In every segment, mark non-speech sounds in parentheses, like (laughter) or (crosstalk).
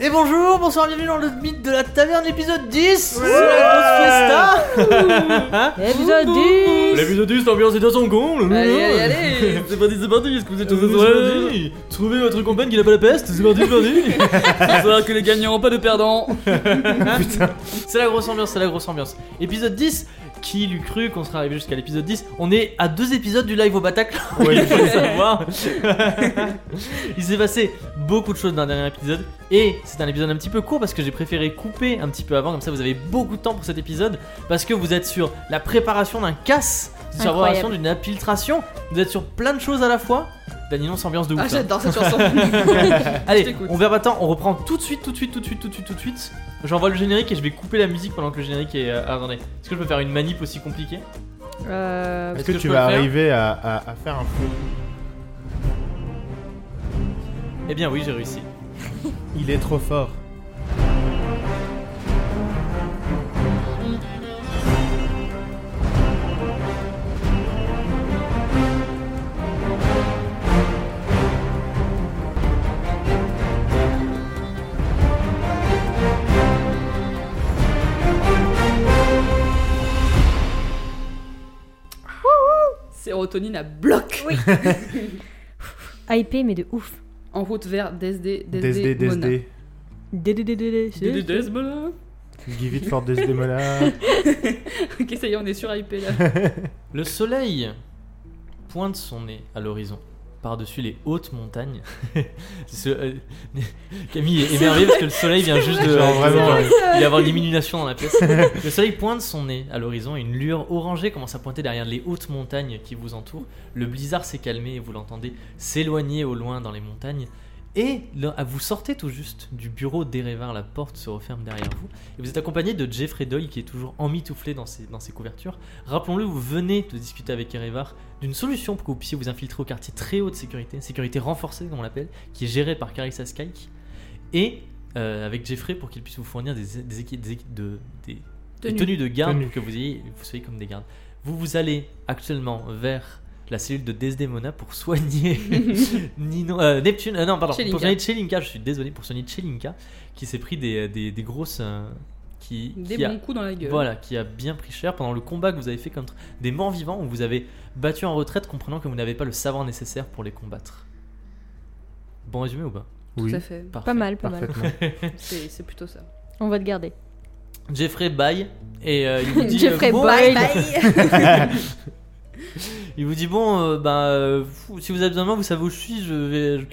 Et bonjour, bonsoir, bienvenue dans le mythe de la taverne, épisode 10 sur la grosse fiesta Épisode 10 L'épisode 10, l'ambiance est à son con le Allez, allez, allez (laughs) C'est parti, c'est parti, est-ce que vous êtes tous Ouais, heureux Trouvez votre compagne qui n'a pas la peste, c'est parti, c'est parti (laughs) (laughs) Il faudra que les gagnants n'ont pas de perdants. C'est la grosse ambiance, c'est la grosse ambiance. Épisode 10, qui l'eût cru qu'on serait arrivé jusqu'à l'épisode 10 On est à deux épisodes du live au Bataclan, il faut (laughs) le savoir. (laughs) il s'est passé beaucoup de choses dans le dernier épisode, et c'est un épisode un petit peu court parce que j'ai préféré couper un petit peu avant, comme ça vous avez beaucoup de temps pour cet épisode, parce que vous êtes sur la préparation d'un casse, sur la Incroyable. préparation d'une infiltration, vous êtes sur plein de choses à la fois. Dany, non, c'est ambiance de ouf. Ah, hein. j'adore (laughs) cette chanson. Allez, t'écoute. on verra pas temps, on reprend tout de suite, tout de suite, tout de suite, tout de suite, tout de suite. J'envoie le générique et je vais couper la musique pendant que le générique est. euh, ah, attendez, est-ce que je peux faire une manip aussi compliquée Euh... Est-ce Est-ce que que, je tu peux vas le faire arriver à, à- à faire un feu Eh bien oui, j'ai réussi. Il est trop fort. (laughs) Sérotonine à bloc. IP mais de ouf En route vers DSD, DSD, DSD, Mona. DSD. (laughs) DDDDD, c'est- DSD, DSD, Mona. (laughs) Give it for DSD Mona. Ok, ça y est, on est sur IP là. (laughs) Le soleil pointe son nez à l'horizon, par-dessus les hautes (laughs) montagnes. Ce, euh, Camille est émerveillée parce que le soleil vient juste de. Genre vraiment, de- ouais. Il va y avoir (laughs) l'illumination dans la pièce. Le soleil pointe son nez à l'horizon et une lueur orangée commence à pointer derrière les hautes montagnes qui vous entourent. Le blizzard s'est calmé et vous l'entendez s'éloigner au loin dans les montagnes. Et là, vous sortez tout juste du bureau d'Erevar, la porte se referme derrière vous. Et vous êtes accompagné de Jeffrey Doyle qui est toujours emmitouflé dans ses, dans ses couvertures. Rappelons-le, vous venez de discuter avec Erevar d'une solution pour que vous puissiez vous infiltrer au quartier très haut de sécurité, sécurité renforcée comme on l'appelle, qui est gérée par Carissa Skyke. Et euh, avec Jeffrey pour qu'il puisse vous fournir des, des équipes des, équipes de, des- des Tenue. tenues de garde Tenue. pour que vous, ayez, vous soyez comme des gardes. Vous vous allez actuellement vers la cellule de Desdemona pour soigner (laughs) Nino, euh, Neptune. euh, non, pardon, Chelinka. pour soigner Chelinka. Je suis désolé pour soigner Chelinka qui s'est pris des, des, des grosses. euh, qui, Des qui a- bons coups dans la euh, gueule. voilà, qui a bien pris cher pendant le combat que vous avez fait contre des morts vivants où vous avez battu en retraite, comprenant que vous n'avez pas le savoir nécessaire pour les combattre. Bon résumé ou pas Oui, Tout (laughs) à fait. Parfait. Pas mal, pas mal. parfaitement. C'est c'est plutôt ça. On va te garder. Jeffrey baille et euh, (laughs) il vous dit Jeffrey euh, bon, Bye. (laughs) il vous dit bon euh, bah euh, fou, si vous avez besoin de moi vous savez où je suis je vais je-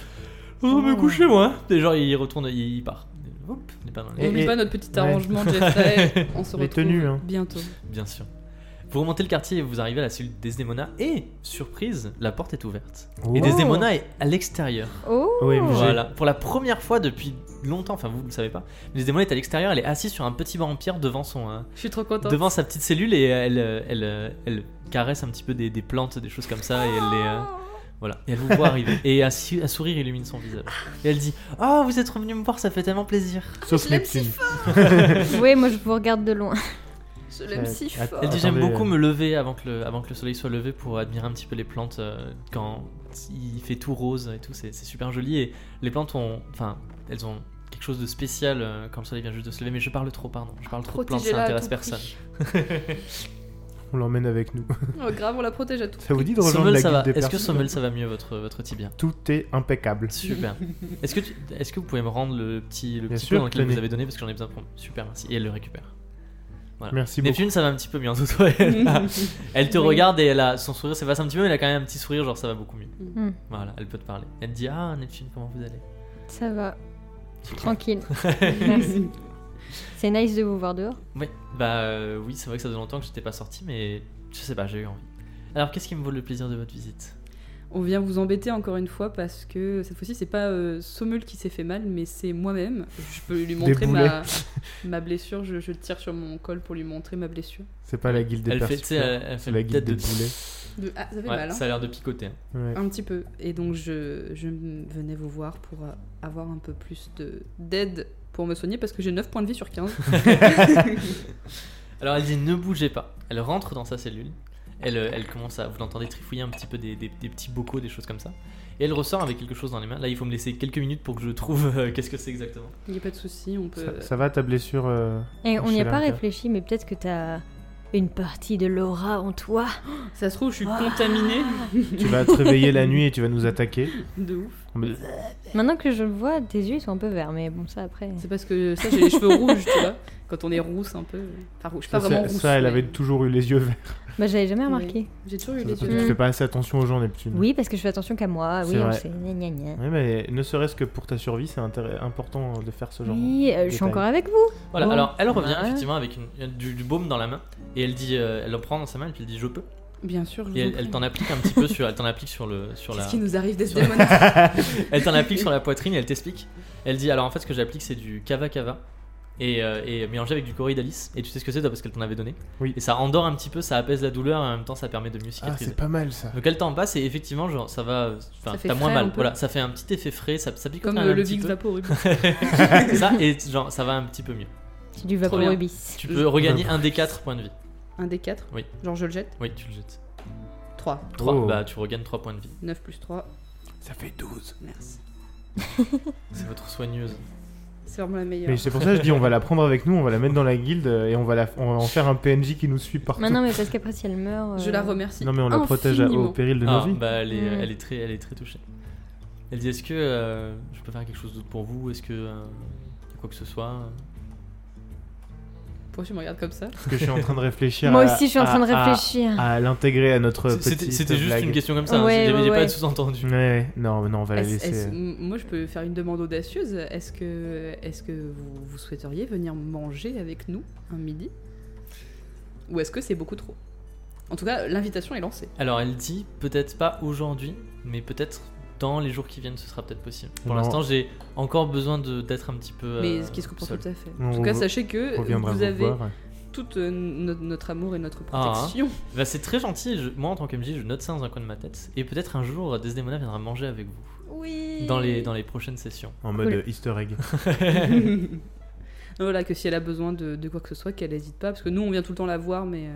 Oh, Mmh. mais couchez moi et genre il retourne il, il part Hop, il est pas dans les- On Et- n'oublie et- pas notre petit ouais. (laughs) arrangement, Jeffrey. On se Les retrouve tenues, hein. bientôt. bien sûr vous remontez le quartier et vous arrivez à la cellule Desdemona et surprise la porte est ouverte et Oh. (laughs) Desdemona est à l'extérieur (laughs) Oh (laughs) OMG. Voilà, pour la première fois depuis longtemps, enfin vous ne le savez pas, mais Desdemona est à l'extérieur, elle est assise sur un petit banc en pierre devant, son, euh, Je suis trop contente. devant sa petite cellule et elle, euh, elle, euh, elle caresse un petit peu des, des plantes, des choses comme ça, et elle les... euh, voilà, et elle vous voit arriver, et un, si- un sourire illumine son visage. Et elle dit « Oh, vous êtes revenu me voir, ça fait tellement plaisir Sauf Neptune. Oui, moi je vous regarde de loin. Je l'aime si Euh, fort. Elle dit « J'aime Attendez, beaucoup euh. me lever avant que, le, avant que le soleil soit levé pour admirer un petit peu les plantes euh, quand il fait tout rose et tout, c'est c'est super joli, et les plantes ont... Enfin, elles ont... » quelque chose de spécial euh, quand le soleil vient juste de se lever mais je parle trop pardon je parle trop de plantes ça Protégez-la à intéresse tout personne prix. On l'emmène avec nous. (laughs) (laughs) Oh, grave, on la (laughs) protège à tout Ça vous dit de rejoindre Sommel, la ça va. guilde des Est-ce que personnes Sommel, ça va mieux votre, votre tibia Tout est impeccable. (laughs) Super. Est-ce que, tu- est-ce que vous pouvez me rendre le petit, le Bien petit sûr, peu dans lequel vous tenez. avez donné parce que j'en ai besoin pour Super, merci. Et elle le récupère. Voilà. Merci beaucoup. Neptune, ça va un petit peu mieux en tout cas. (laughs) Elle, a- elle te Oui. regarde et elle a son sourire s'efface un petit peu, mais elle a quand même un petit sourire, genre ça va beaucoup mieux. Mm. Hmm, Voilà, elle peut te parler. Elle te dit Ah, Neptune, comment vous allez ça va. Tranquille. Merci. C'est nice de vous voir dehors. Oui, bah euh, oui, c'est vrai que ça faisait longtemps que j'étais pas sorti, mais je sais pas, j'ai eu envie. Alors, qu'est-ce qui me vaut le plaisir de votre visite On vient vous embêter encore une fois parce que cette fois-ci, c'est pas euh, Sommel qui s'est fait mal, mais c'est moi-même. Je peux lui montrer boulets. (laughs) ma, ma blessure. Je, je tire sur mon col pour lui montrer ma blessure. C'est pas la guilde des Elle fait, personnes. tu sais, elle, elle fait C'est la une tête guilde de des boulets. De- Ah, ça (laughs) fait Ouais, mal, hein. Ça a l'air de picoter. hein. Ouais. Un petit peu. Et donc, je, je m- venais vous voir pour euh, avoir un peu plus de d'aide pour me soigner parce que j'ai 9 points de vie (laughs) sur 15. Alors elle dit ne bougez pas. Elle rentre dans sa cellule. Elle, euh, elle commence à. Vous l'entendez trifouiller un petit peu des, des- des petits bocaux, des choses comme ça. Et elle ressort avec quelque chose dans les mains. Là, il faut me laisser quelques minutes pour que je trouve euh, qu'est-ce que c'est exactement. Il n'y a pas de souci, on peut. Ça, ça va ta blessure euh, Et on n'y Chez a pas Lanka. réfléchi, mais peut-être que t'as une partie de l'aura en toi. Ça se trouve, je suis contaminée. (laughs) (laughs) Tu vas te réveiller la nuit et tu vas nous attaquer. De ouf. En mode, Maintenant que je le vois, tes yeux ils sont un peu verts, mais bon, ça après. C'est parce que ça, j'ai les cheveux rouges, tu vois. Quand on est rousse un peu. Enfin, rouge, pas Ça, vraiment ça- rousse. ça, elle mais avait toujours eu les yeux verts. Bah, j'avais jamais remarqué. J'ai toujours eu Ça, les parce que yeux. tu fais pas assez attention aux gens, Neptune. Oui, parce que je fais attention qu'à moi. Oui, C'est on vrai. sait. Gna, gna, gna. Ouais, mais ne serait-ce que pour ta survie, c'est intér- important de faire ce genre. Oui, euh, je suis détail. encore avec vous. Voilà, Bon. alors elle revient Ouais. effectivement avec une- une- du, du baume dans la main. Et elle dit. euh, elle le prend dans sa main et puis elle dit Je peux. Bien sûr, je vous Et en elle, prie. elle t'en applique un petit peu sur. Elle t'en applique sur, le, sur la. Qu'est-ce qui nous arrive des sur- démons Elle t'en applique sur la poitrine et elle t'explique. Elle dit alors en fait ce que j'applique c'est du cava cava et, euh, et mélangé avec du corydalis. Et tu sais ce que c'est toi parce qu'elle t'en avait donné. Oui. Et ça endort un petit peu, ça apaise la douleur et en même temps ça permet de mieux Ah, cicatriser. c'est pas mal ça. Donc elle t'en passe et effectivement genre ça va, euh, enfin Ça fait t'as moins frais un mal. peu. Voilà, ça fait un petit effet frais, ça, ça pique Comme un, euh, le petit Vix peu. Vaporub. C'est ça et genre ça va un petit peu mieux. C'est du bien. vaporubis. Tu peux regagner un des quatre points de vie. (laughs) Un des quatre. Oui. Genre, je le jette. Oui, tu le jettes. 3. 3, Oh. bah tu regagnes 3 points de vie. 9 plus 3. Ça fait 12. Merci. C'est votre soigneuse. C'est vraiment la meilleure. Mais c'est pour ça que je dis on va la prendre avec nous, on va la mettre dans la guilde euh, et on va, la, on va en faire un PNJ qui nous suit partout. Maintenant, mais parce qu'après, si elle meurt. Je euh, la remercie. non mais on la protège à- au infiniment. péril de nos Ah, vies. bah, elle, est, Mm. elle, est très, elle est très touchée. Elle dit Est-ce que euh, je peux faire quelque chose d'autre pour vous Est-ce que. euh, quoi que ce soit Pourquoi tu me regardes comme ça Parce que je suis en train de réfléchir. Moi à- aussi, je suis en à- train de à- réfléchir. À, l'intégrer à notre C'est- C'était petite. euh, c'était juste blague. une question comme ça, Ouais, il n'y ouais, avait pas ouais. de sous-entendu. Ouais, ouais. non, mais non, on va la Est-ce- est-ce- laisser. euh. m- Moi, je peux faire une demande audacieuse. Est-ce que, est-ce que vous, vous souhaiteriez venir manger avec nous un midi Ou est-ce que c'est beaucoup trop En tout cas, l'invitation est lancée. Alors elle dit Peut-être pas aujourd'hui, mais peut-être dans les jours qui viennent, ce sera peut-être possible. Pour Non. l'instant, j'ai encore besoin de- d'être un petit peu. Mais euh, qu'est-ce qu'on pense seul. tout à fait On En tout cas, re- sachez que On reviendra vous vous avez voir. tout euh, no- notre amour et notre Ah, hein. protection. Bah, C'est très gentil, je- moi en tant qu'MJ, je note ça dans un coin de ma tête. Et peut-être un jour, Desdemona viendra manger avec vous Oui. dans les, dans les prochaines sessions. En mode Cool. euh, Easter egg. Ah, voilà, que si elle a besoin de, de quoi que ce soit, qu'elle n'hésite pas. Parce que nous, on vient tout le temps la voir, mais. euh,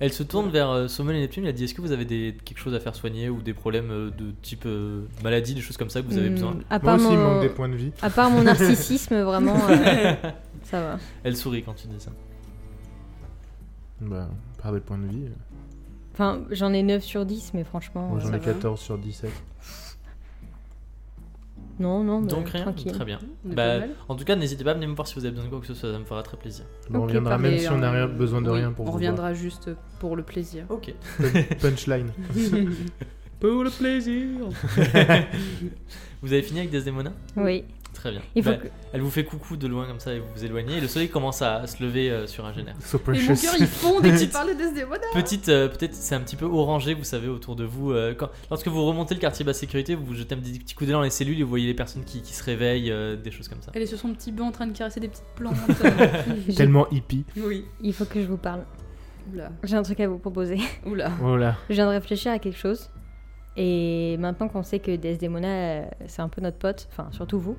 Elle se tourne vers euh, Sommel et Neptune, elle dit est-ce que vous avez des, quelque chose à faire soigner ou des problèmes euh, de type euh, maladie, des choses comme ça que vous avez Hmm, besoin Moi À part, aussi, il mon... manque des points de vie. à (laughs) part mon narcissisme, vraiment, euh, ça va. Elle sourit quand tu dis ça. Bah, par des points de vie. Enfin, j'en ai 9 sur 10, mais franchement. Moi euh, j'en ça ai va. 14 sur 17. Non, non, mais Donc rien, bah, tranquille. très bien. on est Bah, pas mal. Bon, En tout cas, n'hésitez pas à venir me voir si vous avez besoin de quoi que ce soit, ça me fera très plaisir. on Ok, reviendra parfait, même si on n'a euh, rien besoin de oui, rien pour On vous reviendra juste pour le (laughs) plaisir. (laughs) Ok. (laughs) (laughs) voir. Punchline. pour le plaisir Vous avez fini avec Desdemona Oui. Très bien. Il faut Bah, que- (laughs) Elle vous fait coucou de loin comme ça et vous vous éloignez et le soleil commence à, se lever euh, sur un génère. Et So mon precious. cœur, (laughs) il fond dès que tu parles de Desdemona Petite, euh, peut-être c'est un petit peu orangé, vous savez, autour de vous. euh, quand- lorsque vous remontez le quartier basse sécurité, vous jetez un petit petit coup d'œil dans les cellules et vous voyez les personnes qui, qui se réveillent, euh, des choses comme ça. Elle est sur son petit banc en train de caresser des petites (laughs) plantes. Tellement hippie. oui. Il faut que je vous parle. Oula, J'ai un truc à vous proposer. (laughs) oula. Oh là. je viens de réfléchir à quelque chose. Et maintenant qu'on sait que Desdemona, euh, c'est un peu notre pote, enfin surtout vous,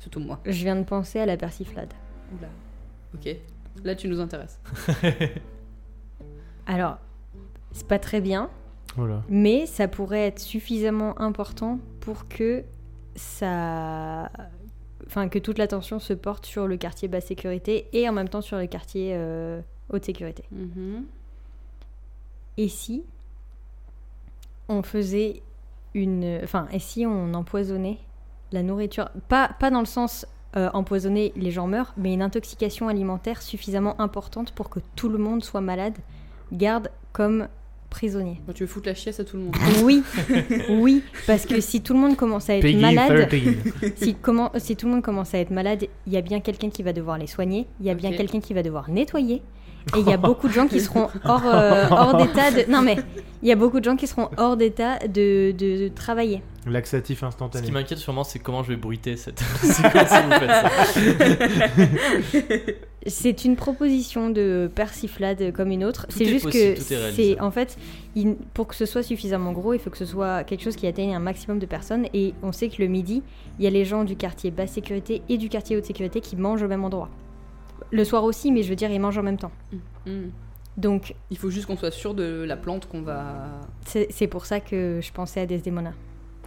Surtout moi. je viens de penser à la persiflade. Oula. Ok. Là, tu nous intéresses. Alors, c'est pas très bien, Oh là. mais ça pourrait être suffisamment important pour que ça enfin que toute l'attention se porte sur le quartier basse sécurité et en même temps sur le quartier euh, haute sécurité. Mhm. Et si on faisait une enfin et si on empoisonnait la nourriture pas pas dans le sens euh, empoisonner les gens meurent mais une intoxication alimentaire suffisamment importante pour que tout le monde soit malade garde comme prisonnier. Moi, tu veux foutre la chiasse à tout le (laughs) monde. Oui, oui, parce que si tout le monde commence à être Peggy malade, (laughs) 13. si, comment, si tout le monde commence à être malade, il y a bien quelqu'un qui va devoir les soigner, il y a bien Ok. quelqu'un qui va devoir nettoyer, et il y a beaucoup de gens qui seront hors, euh, hors d'état de... Non mais, il y a beaucoup de gens qui seront hors d'état de, de, de travailler. Laxatif Ce qui instantané. m'inquiète sûrement, c'est comment je vais bruiter cette (laughs) séquence si vous faites ça. C'est une proposition de persiflade comme une autre. Tout C'est est juste possible, que tout est c'est réalisable. en fait il- pour que ce soit suffisamment gros, il faut que ce soit quelque chose qui atteigne un maximum de personnes. Et on sait que le midi, il y a les gens du quartier basse sécurité et du quartier haute sécurité qui mangent au même endroit. Le soir aussi, mais je veux dire, ils mangent en même temps. Donc, Mm. Il faut juste qu'on soit sûr de la plante qu'on va. c'est c'est pour ça que je pensais à Desdemona.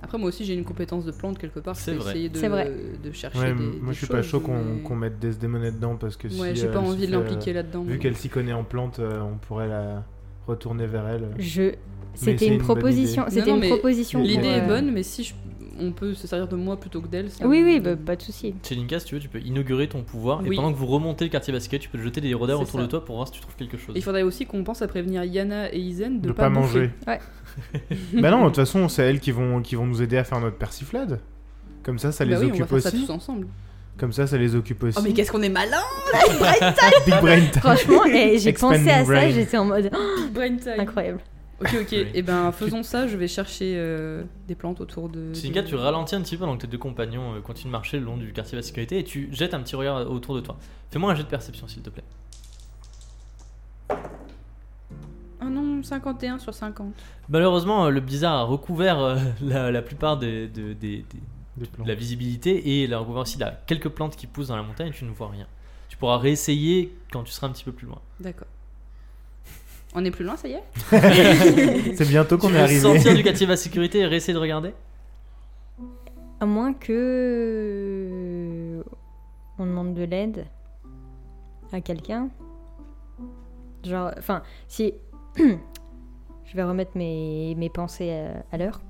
Après, moi aussi, j'ai une compétence de plante quelque part. C'est je peux vrai. Essayer de, C'est vrai. de chercher des. Ouais, moi des je suis pas choses, chaud qu'on mais- qu'on mette Desdemona dedans parce que si. Ouais, j'ai euh, pas elle se envie de fait, euh, l'impliquer là-dedans. Vu qu'elle s'y connaît en plantes, euh, on pourrait la retourner vers elle. euh, Je... C'était c'est une, une bonne proposition. idée. C'était Non, non, une mais proposition. l'idée L'idée pour, est euh, bonne, mais si je- on peut se servir de moi plutôt que d'elle. ça- Oui, oui, bah, pas de souci. Chelinka, si tu veux, tu peux inaugurer ton pouvoir et Oui. pendant que vous remontez le quartier basket, tu peux jeter des rodeurs C'est autour ça. de toi pour voir si tu trouves quelque bah. chose. Il faudrait aussi qu'on pense à prévenir Yana et Izen de, De pas manger. Ouais. (laughs) bah non, de toute façon, c'est elles qui vont, qui vont nous aider à faire notre persiflade. Comme ça, ça les bah oui, on va occupe faire ça aussi. tous ensemble. Comme ça, ça les occupe aussi. Oh, mais qu'est-ce qu'on est malin Big brain time. Franchement, eh, j'ai pensé à Expanding brain. ça, j'étais en mode oh, (laughs) Brain time. incroyable. Ok, ok. Oui. Et ben faisons ça. Je vais chercher euh, des plantes autour de. Chelinka, de- tu ralentis un petit peu pendant que tes deux compagnons euh, continuent de marcher le long du quartier de la sécurité et tu jettes un petit regard euh, autour de toi. Fais-moi un jet de perception, s'il te plaît. Ah non, 51 sur 50. Malheureusement, euh, le blizzard a recouvert euh, (laughs) la, la plupart des- de- des- des- Des plans. de la visibilité et il a recouvert aussi la, quelques plantes qui poussent dans la montagne et tu ne vois rien. Tu pourras réessayer quand tu seras un petit peu plus loin. D'accord. On est plus loin, ça y est C'est bientôt qu'on tu est veux (laughs) (laughs) sortir du arrivé. quartier de la sécurité et réessayer de regarder À moins que. On demande de l'aide à quelqu'un. Genre, enfin, si. (clears throat) Je vais remettre mes, mes pensées à, à l'heure.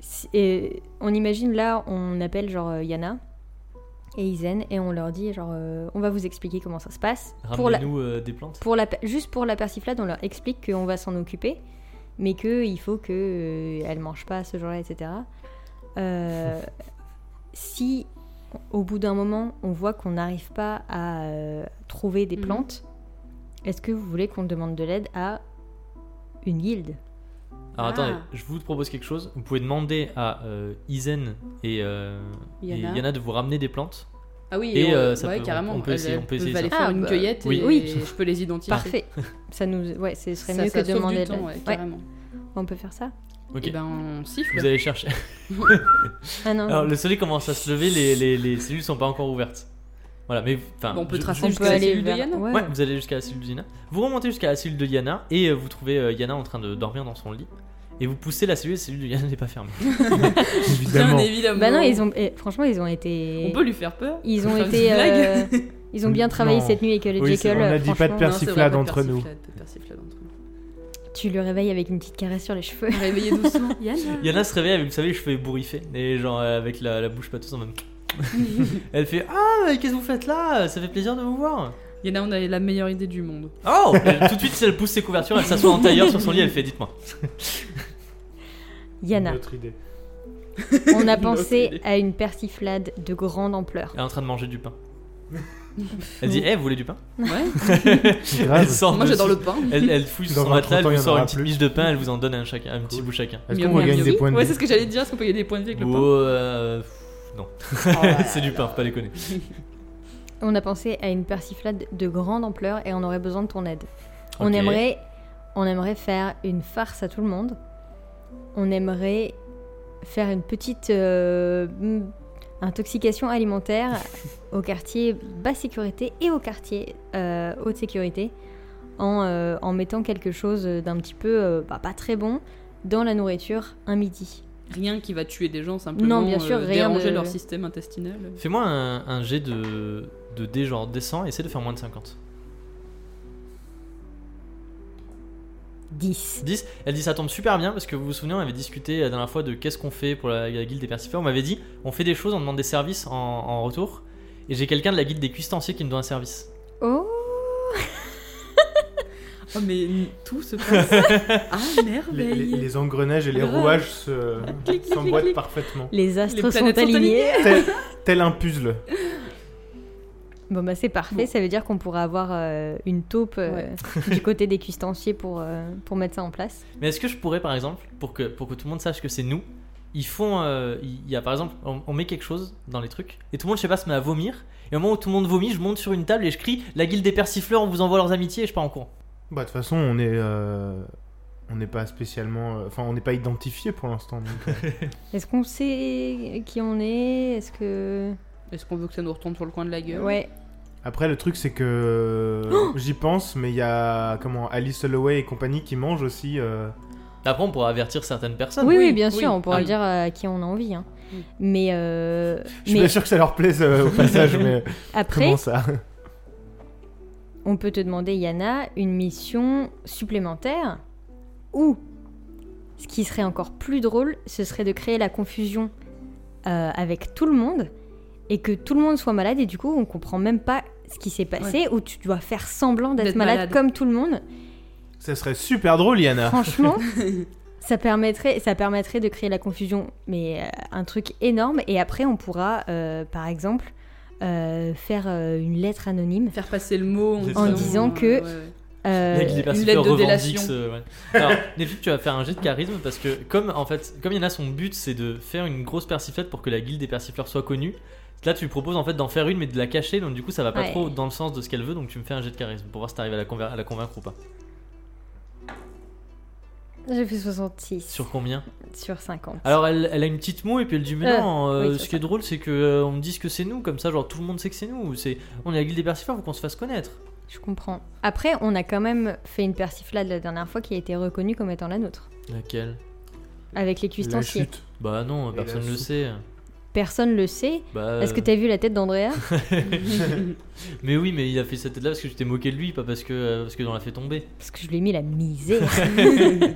Si- et on imagine là, on appelle genre euh, Yana et Izen et on leur dit genre euh, on va vous expliquer comment ça se passe. Pour la, Ramenez-nous euh, des plantes. pour la, per- juste pour la persiflade, on leur explique qu'on va s'en occuper, mais qu'il faut qu'elle elle mange pas ce jour-là, etc. Euh, (laughs) si au bout d'un moment, on voit qu'on n'arrive pas à euh, trouver des Mhm. plantes, est-ce que vous voulez qu'on demande de l'aide à une guilde Alors Ah. attendez, je vous propose quelque chose. Vous pouvez demander à euh, Izen et, euh, et Yana. Yana. de vous ramener des plantes. Ah oui, Et, on- euh, ça ouais, peut- carrément. on peut essayer- Elles- on peut elles essayer peuvent aller ça. faire Ah, une bah, cueillette oui. et Oui. je peux les identifier. (laughs) Parfait. ça nous, ouais, ce serait mieux que sauve du demander de temps, ouais, l'aide. Ouais, carrément. on peut faire ça. Ok. Et ben on siffle. (laughs) Vous allez chercher. Ah non. Alors le soleil commence à se lever, les, les, les cellules sont pas encore ouvertes. Voilà, mais enfin. Bon, on peut je- tracer je- on jusqu'à peut la aller cellule de vers... Yana. ouais. Ouais, vous allez jusqu'à la cellule de Yana. Vous remontez jusqu'à la cellule de Yana et euh, vous trouvez euh, Yana en train de dormir dans son lit. Et vous poussez la cellule, la cellule de Yana (laughs) n'est pas fermée. Évidemment. Bien évidemment. Bah non, ils ont, eh, franchement, ils ont été. Euh, On peut lui faire peur. Ils ont Faire des été. euh, (laughs) blagues. Ils ont bien travaillé Non. cette nuit et que le Oui, c'est- Jekyll. on a dit pas de franchement, pers- persiflade Non, c'est vrai, pas de entre nous. persiflade, pas de persiflade entre nous. Tu le réveilles avec une petite caresse sur les cheveux. (laughs) Réveillez doucement, (laughs) Yana. Yana se réveille avec, vous savez, les cheveux ébouriffés et genre euh, avec la, la bouche pas tous en (laughs) même. Elle fait Ah, mais qu'est-ce que vous faites là Ça fait plaisir de vous voir. Yana, on a la meilleure idée du (laughs) monde. Oh Et Tout de suite, elle pousse ses couvertures, elle s'assoit en tailleur sur son lit, elle fait Dites-moi. Yana, Autre idée. on a Une autre pensé idée. à une persiflade de grande ampleur. Elle est en train de manger du pain. Elle dit Eh, vous voulez du pain Ouais. Elle Grave. sort Moi, de- j'adore le pain. Elle, elle fouille sur Dans son 20, matelas, elle 30 ans, il y vous en sort aura une petite plus. miche de pain, elle vous en donne un, chacun, un petit bout chacun. Est-ce Miam, qu'on regagne miam, des miam. points de Ouais, vie c'est ce que j'allais dire. Est-ce qu'on peut gagner des points de vie avec le pain Oh Oh, euh, pff, non, (laughs) c'est du pain, faut pas déconner. On a pensé à une persiflade de grande ampleur et on aurait besoin de ton aide. On Ok. aimerait, on aimerait faire une farce à tout le monde. On aimerait faire une petite euh, mm, intoxication alimentaire au quartier basse sécurité et au quartier euh, haute sécurité en, euh, en mettant quelque chose d'un petit peu euh, bah, pas très bon dans la nourriture un midi. Rien qui va tuer des gens, simplement. Non, bien sûr, euh, rien Déranger de- leur système intestinal. Fais-moi un, un jet de, de dé genre descend, essaie de faire moins de 50. 10. 10, elle dit ça tombe super bien parce que vous vous souvenez, on avait discuté la dernière fois de qu'est-ce qu'on fait pour la, la guilde des persifleurs. On m'avait dit, on fait des choses, on demande des services en, en retour. Et j'ai quelqu'un de la guilde des cuistanciers qui me doit un service. Oh Oh, Ah, mais tout se passe à les, les- merveille. les engrenages et les Grave. rouages se- Ah. (laughs) clic, clic, s'emboîtent clic. parfaitement. (laughs) Les astres Les sont planètes sont alignés. alignées. tel, tel un puzzle. Bon bah c'est parfait, ça veut dire qu'on pourra avoir euh, une taupe euh, (laughs) du côté des cuistanciers pour, euh, pour mettre ça en place. Mais est-ce que je pourrais, par exemple, pour que, pour que tout le monde sache que c'est nous, ils font. euh, Il y a, par exemple, on, on met quelque chose dans les trucs, et tout le monde, je sais pas, se met à vomir. Et au moment où tout le monde vomit, je monte sur une table et je crie La guilde des persifleurs, on vous envoie leurs amitiés, et je pars en courant. Bah de toute façon, on est, euh, on n'est pas spécialement, euh, enfin on n'est pas identifié pour l'instant. donc, euh, Est-ce qu'on sait qui on est Est-ce que... Est-ce qu'on veut que ça nous retourne sur le coin de la gueule Ouais. Après, le truc, (gasps) c'est que j'y pense, mais il y a comment Alice Holloway et compagnie qui mangent aussi. euh, Après, on pourra avertir certaines personnes. Oui, oui, oui, bien oui. sûr, on pourra Ah le oui. dire à qui on a envie. hein. Oui. Mais, euh, Je suis mais pas sûr que ça leur plaise euh, (laughs) au passage, mais après, comment ça on peut te demander, Yana, une mission supplémentaire ou ce qui serait encore plus drôle, ce serait de créer la confusion euh, avec tout le monde et que tout le monde soit malade et du coup on comprend même pas ce qui s'est passé ou tu dois faire semblant d'être D'être malade, malade. comme tout le monde. Ça serait super drôle, Yana. Franchement, ça permettrait, ça permettrait de créer la confusion, mais euh, un truc énorme et après on pourra, euh, par exemple, euh, faire euh, une lettre anonyme. Faire passer le mot C'est ça. en En disant que- ouais. euh, Les glaciers lettre de revendiquent délation. ce- ouais. Alors, Nelfip, tu vas faire un jet de charisme parce que, comme en fait, comme il y en a, son but c'est de faire une grosse persiflette pour que la guilde des persifleurs soit connue. Là, tu proposes en fait d'en faire une mais de la cacher, donc du coup, ça va pas Ouais. trop dans le sens de ce qu'elle veut. Donc, tu me fais un jet de charisme pour voir si t'arrives à, la conver- à la convaincre ou pas. J'ai fait 66 sur, Sur combien 50. Alors, elle, elle a une petite moue et puis elle dit Mais Euh, non, euh, oui, ce c'est qui est ça. drôle, c'est que euh, on me dise que c'est nous, comme ça, genre tout le monde sait que c'est nous. C'est on est la guilde des persifleurs, faut qu'on se fasse connaître. Je comprends. Après, on a quand même fait une persiflade la dernière fois qui a été reconnue comme étant la nôtre, Laquelle avec les La cuistanciers. chute. Bah non, Et personne la le soupe. sait. Personne le sait. Euh. Bah, Est-ce que t'as vu la tête (laughs) d'Andrea Mais oui, mais il a fait cette tête-là parce que tu t'es moqué de lui, pas parce que, euh, parce que on l'a fait tomber. Parce que je lui ai mis la misère. (coughs) (laughs)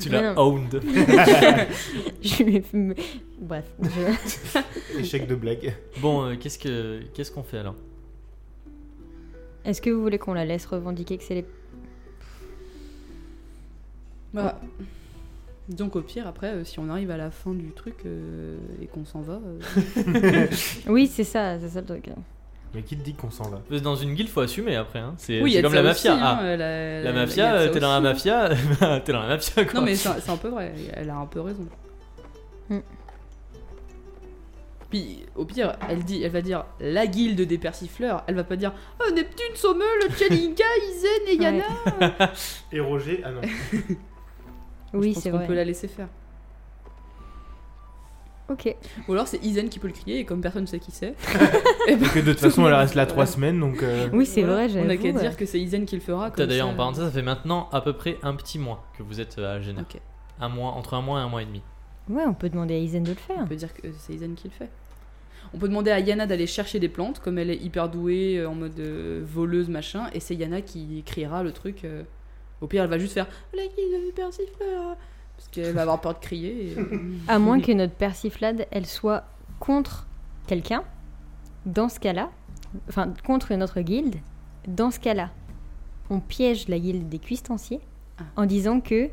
Tu l'as l'as owned. je lui ai fait... me- Bref. je- Échec de blague. (coughs) Bon, euh, qu'est-ce que qu'est-ce qu'on fait alors Est-ce que vous voulez qu'on la laisse revendiquer que c'est les... Bah, Donc au pire, après, euh, si on arrive à la fin du truc euh, et qu'on s'en va, euh, Oui, c'est ça, c'est ça le truc. Mais qui te dit qu'on s'en va Parce que Dans une guilde, faut assumer après. hein. C'est Oui, il y c'est a de comme ça la mafia. aussi, hein, Ah, la la, la- il y a mafia, de euh, ça t'es dans la aussi. mafia, (laughs) bah, t'es dans la mafia quoi. Non, mais c'est un c'est un peu vrai, elle a un peu raison. Hmm. Puis, au pire, elle, dit, elle va dire la guilde des persifleurs, elle va pas dire oh, Neptune, Sommel, Tchelinka, Izen et Yana. Et Roger (laughs) Ah non. Je Oui, pense c'est qu'on vrai. peut la laisser faire. Ok. Ou alors c'est Izen qui peut le crier, et comme personne ne sait qui c'est, que euh, de toute façon, elle reste là trois Voilà. semaines, donc. euh, Oui, c'est voilà, vrai, j'avoue. on a qu'à ouais. dire que c'est Izen qui le fera. T'as comme d'ailleurs ça- euh, en parenthèse, ça fait maintenant à peu près un petit mois que vous êtes euh, à Géna. Ok. Un mois, entre un mois et un mois et demi. Ouais, on peut demander à Isen de le On faire. peut dire que c'est Izan qui le fait. On peut demander à Yana d'aller chercher des plantes, comme elle est hyper douée, euh, en mode euh, voleuse, machin, et c'est Yana qui criera le truc. euh. Au pire, elle va juste faire La guilde du persifleur Parce qu'elle va avoir peur de crier. et, euh, (laughs) À moins que notre persiflade, elle soit contre quelqu'un, dans ce cas-là, enfin contre notre guilde, dans ce cas-là, on piège la guilde des cuistanciers Ah. en disant que,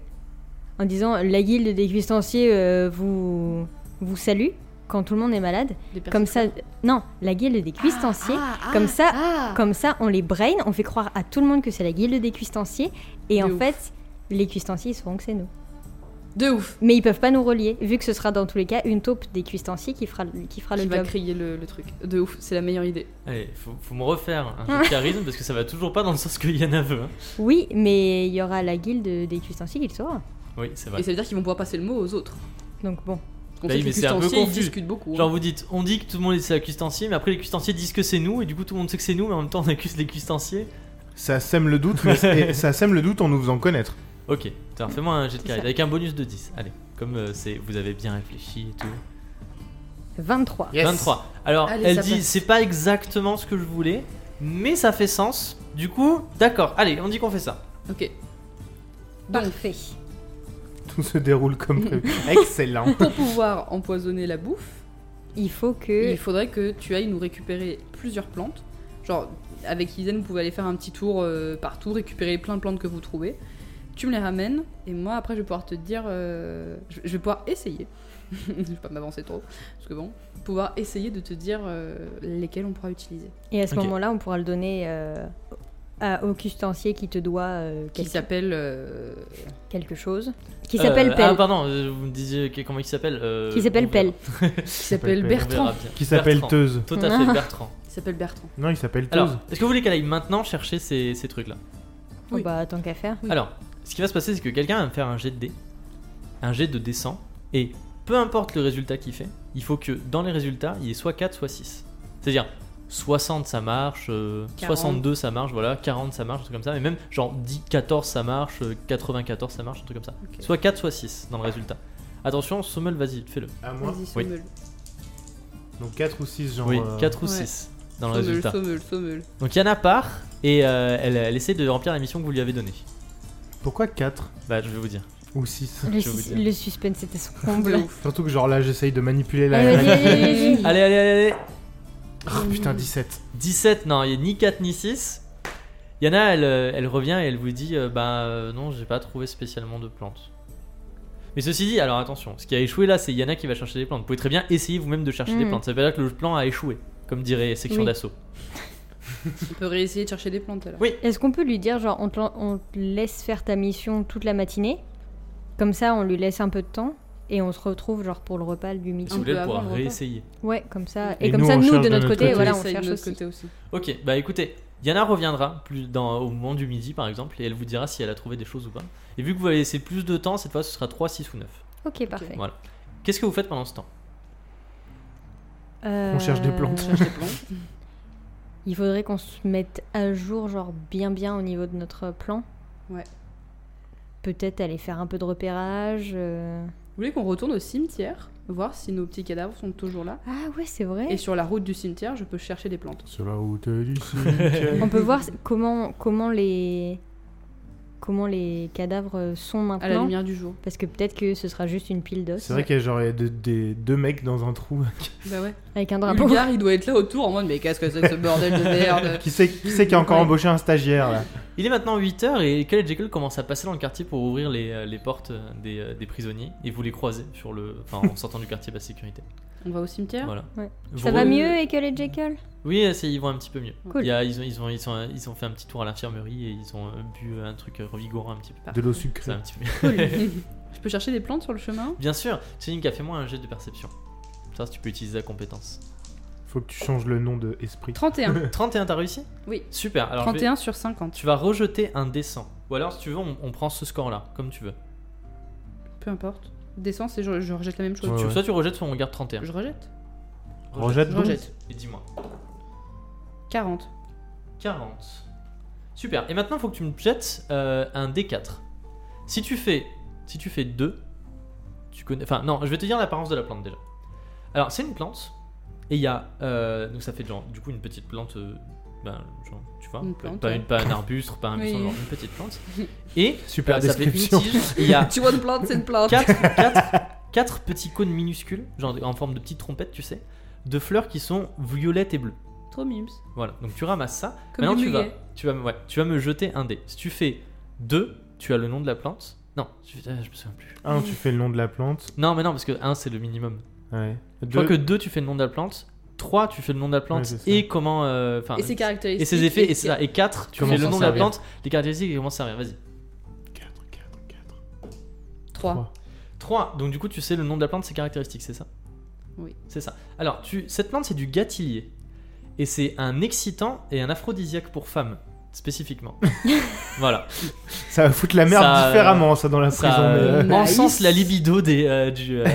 en disant la guilde des cuistanciers euh, vous vous salue quand tout le monde est malade. des Comme ça, persifleurs. non, la guilde des cuistanciers. Ah, ah, comme ça, ah. Comme ça, on les brain, on fait croire à tout le monde que c'est la guilde des cuistanciers, et De en ouf. fait, les cuistanciers ils sauront que c'est nous. De ouf Mais ils peuvent pas nous relier, vu que ce sera dans tous les cas une taupe des cuistanciers qui fera, qui fera Ah, le Qui va job. crier le, le truc. De ouf, c'est la meilleure idée. Allez, faut, faut me refaire (laughs) un jet de charisme parce que ça va toujours pas dans le sens que Yana veut. hein. Oui, mais il y aura la guilde des cuistanciers qui le saura. Oui, c'est Et vrai. ça veut dire qu'ils vont pouvoir passer le mot aux autres. Donc bon, On Bah sait oui, que mais les c'est un peu cuistanciers, ils confus. discutent beaucoup. Genre hein. vous dites, on dit que tout le monde est à cuistancier, mais après les cuistanciers disent que c'est nous, et du coup tout le monde sait que c'est nous, mais en même temps on accuse les cuistanciers. Ça sème le doute, (laughs) mais et ça sème le doute en nous faisant connaître. Ok, tiens, fais-moi un jet de C'est charisme ça. avec un bonus de 10. Allez, comme euh, c'est, vous avez bien réfléchi et tout. 23. 23. Alors, Allez, elle ça dit, passe. c'est pas exactement ce que je voulais, mais ça fait sens. Du coup, d'accord, allez, on dit qu'on fait ça. Ok. Donc, Parfait. Tout se déroule comme Mm. (laughs) prévu. Excellent. pour pouvoir empoisonner la bouffe, Il faut Et que... il faudrait que tu ailles nous récupérer plusieurs plantes. Genre, avec Izen, vous pouvez aller faire un petit tour euh, partout, récupérer plein de plantes que vous trouvez. Tu me les ramènes, et moi, après, je vais pouvoir te dire. euh, je, je vais pouvoir essayer. (laughs) je vais pas m'avancer trop, parce que bon. Pouvoir essayer de te dire euh, lesquelles on pourra utiliser. Et à ce Ok. moment-là, on pourra le donner euh, à- au cuistancier qui te doit euh, Qui quel- s'appelle. euh, quelque chose. Qui Euh, s'appelle Ah, Pelle. pardon, euh, vous me disiez que- comment il s'appelle euh, Qui s'appelle on verra. Pelle. qui s'appelle s'appelle On verra Bertrand. bien. Qui s'appelle Bertrand. Teuse. Tout à Ah. fait, Bertrand. Qui s'appelle Bertrand. Non, il s'appelle Teuse. Alors, est-ce que vous voulez qu'elle aille maintenant chercher ces, ces trucs-là Oh Oui. bah, tant qu'à faire. Oui. Alors, ce qui va se passer, c'est que quelqu'un va me faire un jet de dés, un jet de descend, et peu importe le résultat qu'il fait, il faut que dans les résultats, il y ait soit 4, soit 6. C'est-à-dire, 60 ça marche, euh, 40. 62 ça marche, voilà, 40 ça marche, un truc comme ça, mais même genre 10, 14 ça marche, euh, 94 ça marche, un truc comme ça. Ok. Soit 4, soit 6 dans le résultat. Attention, Sommel, vas-y, fais-le. À moi. Vas-y, Oui. sommel. Donc 4 ou 6, genre. Oui, euh, 4 ou Ouais. 6 dans le Sommel, résultat. sommel, sommel. Donc Yana part et euh, elle, elle essaie de remplir la mission que vous lui avez donnée. Pourquoi 4 Bah, je vais vous dire. ou 6 Le, Je vais sus- vous dire. le suspense était son De comble. ouf. Surtout que, genre là, j'essaye de manipuler Ah la. Allez, vas-y, allez, Allez, vas-y. allez, allez, allez. Oh, putain, 17. 17, non, il n'y a ni 4 ni 6. Yana, elle, euh, elle revient et elle vous dit euh, Bah euh, non, j'ai pas trouvé spécialement de plantes. Mais ceci dit, alors attention, ce qui a échoué là, c'est Yana qui va chercher des plantes. Vous pouvez très bien essayer vous-même de chercher des Mhm. plantes. Ça veut pas dire que le plan a échoué, comme dirait section Oui. d'assaut. On peut réessayer de chercher des plantes alors. Oui. Est-ce qu'on peut lui dire, genre, on te, lan- on te laisse faire ta mission toute la matinée Comme ça, on lui laisse un peu de temps et on se retrouve, genre, pour le repas du Et midi. si vous voulez, peut elle pourra avant le repas. réessayer. Ouais, comme ça. Et Et, comme nous, ça, on nous, cherche de notre côté, Et voilà, Essaye on de cherche notre aussi. côté aussi. Ok, bah écoutez, Yana reviendra plus dans, au moment du midi par exemple et elle vous dira si elle a trouvé des choses ou pas. Et vu que vous allez laisser plus de temps, cette fois ce sera 3, 6 ou 9. Ok, parfait. Voilà. Qu'est-ce que vous faites pendant ce temps Euh, On cherche des plantes. On cherche des plantes. Il faudrait qu'on se mette à jour, genre, bien, bien au niveau de notre plan. Ouais. Peut-être aller faire un peu de repérage. euh. Vous voulez qu'on retourne au cimetière, voir si nos petits cadavres sont toujours là Ah ouais, c'est vrai. (laughs) Et sur la route du cimetière, je peux chercher des plantes. C'est la route du cimetière. On peut voir c- comment, comment les comment les cadavres sont À la maintenant. lumière du jour. Parce que peut-être que ce sera juste une pile d'os (laughs) C'est vrai qu'il y a genre il y a deux- des- deux mecs dans un trou. (laughs) Bah ouais. avec un drapeau. Bulgar, il doit être là autour en mode mais qu'est-ce que c'est que ce bordel (laughs) de merde Qui c'est qui, c'est qui a encore Ouais. embauché un stagiaire là Il est maintenant 8h et Khaled Jekyll commence à passer dans le quartier pour ouvrir les, euh, les portes euh, des, euh, des prisonniers et vous les croisez sur le, enfin, en sortant du quartier basse (laughs) sécurité. On va au cimetière Voilà. Ouais. Vous (laughs) Ça re- va mieux et que les Jekyll Oui, euh, c'est- ils vont un petit peu mieux. Cool. Il y a- ils, ont, ils, ont, ils, sont- ils ont fait un petit tour à l'infirmerie et ils ont euh, bu un truc euh, revigorant un petit peu. De l'eau Ça sucrée. va un petit peu (laughs) Je peux chercher des plantes sur le chemin (laughs) Bien sûr, Céline qui a fait moi un jet de perception. Ça, tu peux utiliser la compétence. Faut que tu changes le nom de esprit. Ah, 31. (laughs) 31, t'as réussi Oui. Super. Alors, je vais- 31 sur 50. tu vas rejeter un dessin. Ou alors, si tu veux, on, on prend ce score-là, comme tu veux. Peu importe. Descends et je, je rejette la même chose. Ouais, Tu- ouais. Soit tu rejettes, soit on garde 31. Je rejette. Rejette Je donc. rejette. Et dis-moi. 40. 40. Super. Et maintenant, il faut que tu me jettes euh, un D4. Si tu fais, si tu fais 2, tu connais. Enfin, non, je vais te dire l'apparence de la plante déjà. Alors, c'est une plante. Et il y a. euh, donc, ça fait genre, du coup, une petite plante. euh, ben, genre, tu vois. Une pas- plante, pas, ouais. une- pas un arbuste, pas un Oui. buisson, genre une petite (laughs) plante. Et. Super euh, ça fait une description. tige. Et il y a Tu vois une plante, c'est une plante. 4, petits cônes minuscules, genre en forme de petites trompettes, tu sais, de fleurs qui sont violettes et bleues. Trop mimes. Voilà, donc tu ramasses ça. Comme Maintenant, des tu vas, muguets. tu, vas, me- ouais, tu vas me jeter un dé. Si tu fais 2, tu as le nom de la plante. Non, tu- ah, je me souviens plus. 1, tu fais le nom de la plante. Non, mais non, parce que 1 c'est le minimum. Ouais. Je crois Deux- que 2 tu fais le nom de la plante, 3 tu fais le nom de la plante Ouais, c'est ça. et comment. euh, enfin, Et ses caractéristiques. et ses effets, et, ça. Et 4, tu Comment fais le s'en nom de la servir. plante, les caractéristiques et comment ça servir. Vas-y. 4, 4, 4. 3. 3, donc du coup tu sais le nom de la plante, ses caractéristiques, c'est ça Oui. C'est ça. Alors, tu, cette plante c'est du gâtillier. Et c'est un excitant et un aphrodisiaque pour femmes, (laughs) spécifiquement. voilà. Ça va foutre la merde Ça, euh, différemment, ça, dans la ça prison. mais, euh, euh, Nice. encense la libido des, euh, du, (laughs) euh,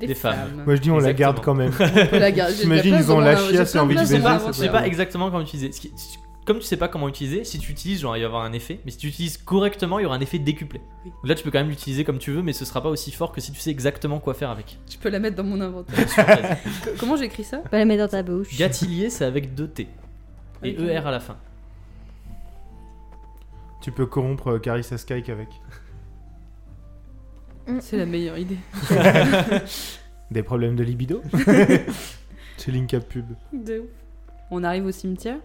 des, femmes. Moi, je dis, on la Exactement. garde quand (laughs) même. T'imagines, J'imagine, ils ont la chiasse et envie de Je sais baiser, pas, ça, je sais pas exactement comment utiliser. Ce qui- si- Comme tu sais pas comment utiliser, si tu utilises, genre, il va y avoir un effet. Mais si tu utilises correctement, il y aura un effet décuplé. Oui. Donc Là, tu peux quand même l'utiliser comme tu veux, mais ce sera pas aussi fort que si tu sais exactement quoi faire avec. Je peux la mettre dans mon inventaire. (laughs) Que- Comment j'écris ça Pas la mettre dans ta bouche. Gatillier, c'est avec deux T et Ok. ER à la fin. Tu peux corrompre euh, Carissa Skyke avec Mm. C'est la meilleure idée. des problèmes (laughs) de libido. Chez Linka Pub. De ouf. On arrive au cimetière,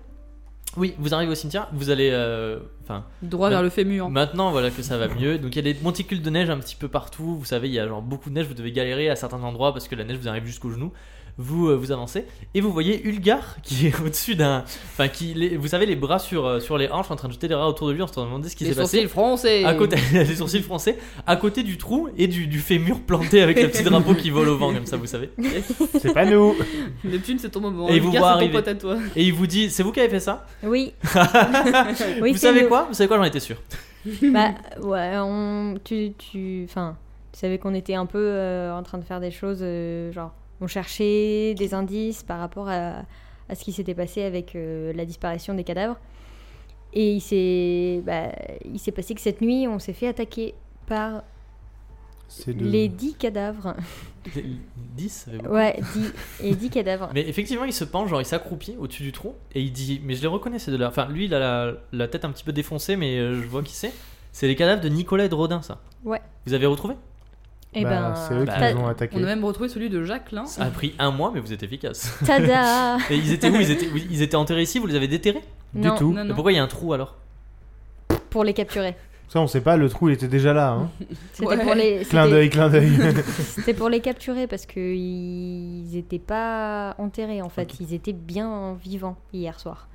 Oui, vous arrivez au cimetière, vous allez. euh, Enfin, droit Ouais. vers le hein. fémur. Maintenant, voilà que ça va mieux. Donc, il y a des monticules de neige un petit peu partout. Vous savez, il y a genre beaucoup de neige. Vous devez galérer à certains endroits parce que la neige vous arrive jusqu'aux genoux. Vous euh, vous avancez et vous voyez Ulgar (laughs) qui est au-dessus d'un. Enfin, qui. les- vous savez, les bras sur, euh, sur les hanches en train de jeter des rats autour de lui en se demandant ce qui Les s'est passé. sourcils français. À côté, (laughs) les sourcils français, à côté du trou et du, du fémur planté avec le petit drapeau qui vole au vent, comme ça, vous savez. C'est pas nous (laughs) Neptune, c'est ton moment. Et vous Edgar, voit c'est ton arriver. pote à toi. Et il vous dit C'est vous qui avez fait ça Oui. oui (laughs) Vous c'est savez nous. quoi Vous savez quoi J'en étais sûr. Bah ouais, on tu tu enfin, tu savais qu'on était un peu euh, en train de faire des choses euh, genre on cherchait des indices par rapport à à ce qui s'était passé avec euh, la disparition des cadavres. Et il s'est bah, il s'est passé que cette nuit, on s'est fait attaquer par C'est de- les 10 cadavres. 10 Ouais, 10 et 10 cadavres. Mais effectivement, il se penche, genre il s'accroupit au-dessus du trou et il dit Mais je les reconnais ces deux-là. Enfin, lui, il a la, la tête un petit peu défoncée, mais euh, je vois qui c'est. C'est les cadavres de Nicolas et de Rodin, ça. Ouais. Vous avez retrouvé Et Bah, ben, c'est eux qui bah, nous ont On attaqué. a même retrouvé celui de Jacqueline. Ça a pris un mois, mais vous êtes efficace. (laughs) (laughs) tada Et ils étaient où ils étaient, ils étaient enterrés ici, vous les avez déterrés Du Non, tout. Non, Mais non. Pourquoi il y a un trou alors pour les capturer. Ça, on sait pas, le trou, il était déjà là. (laughs) Hein. C'était Ouais. pour les. clin c'était- d'œil, clin d'œil. C'était pour les capturer parce que ils étaient pas enterrés en fait, Ok. ils étaient bien vivants hier soir.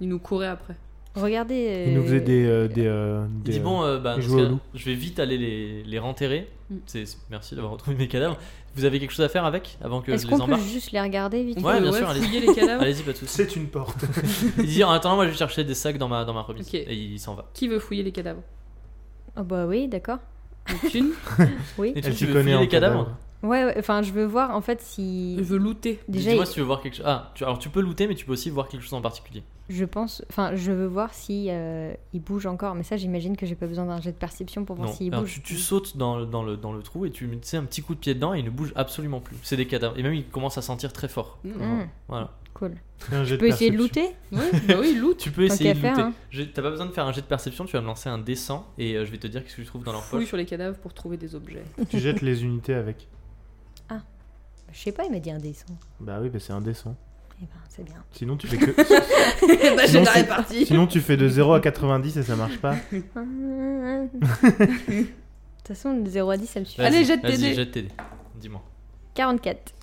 Il nous courait après. Regardez. (laughs) Il nous faisait euh, des. euh, des, euh, Il des, dit euh, Bon, euh, bah, dans des ce jouets au cas, loup. je vais vite aller les, les renterrer. Mm. C'est, merci d'avoir retrouvé mes cadavres. Vous avez quelque chose à faire avec avant que euh, Est-ce je les qu'on peut embarque juste les regarder vite On Ouais, peut, bien sûr, allez-y. fouiller les cadavres. Allez-y, pas de soucis. C'est une porte. Il dit Attends, moi je vais chercher des sacs dans ma, dans ma remise. Ok. Et il s'en va. Qui veut fouiller les cadavres Ah bah oui, d'accord. Neptune Oui. Et tu, Elle tu s'y veux connaît fouiller en les cadavres Ouais, ouais, enfin je veux voir en fait Je si veux looter. déjà Dis-moi si tu veux voir quelque chose. Ah, tu- alors tu peux looter, mais tu peux aussi voir quelque chose en particulier. je pense, enfin je veux voir si euh, ils bougent encore, mais ça j'imagine que j'ai pas besoin d'un jet de perception pour voir non. s'ils Alors, bougent. tu, tu sautes dans, le- dans le, dans le trou et tu mets tu sais, un petit coup de pied dedans et il ne bouge absolument plus. C'est des cadavres. Et même il commence à sentir très fort. Hmm, Voilà. cool. Je Je peux essayer de looter Oui, bah oui, loot. Tu peux essayer qu'à de faire, looter. hein. Je- T'as pas besoin de faire un jet de perception, tu vas me lancer un dessin et euh, je vais te dire qu'est-ce que tu trouves (laughs) dans leur Fouille poche. sur les cadavres pour trouver des objets. Tu jettes les unités avec. Je sais pas, il m'a dit indécent. Bah oui, bah c'est indécent. Eh ben c'est bien. Sinon tu fais (laughs) que. (laughs) bah, j'ai Sinon, la c'est- répartie. Sinon tu fais de 0 à 90 et ça marche pas. De toute façon, de 0 à 10, ça me suffit. Vas-y, Allez, jette tes Vas-y, dés. jette tes dés. Dis-moi. 44.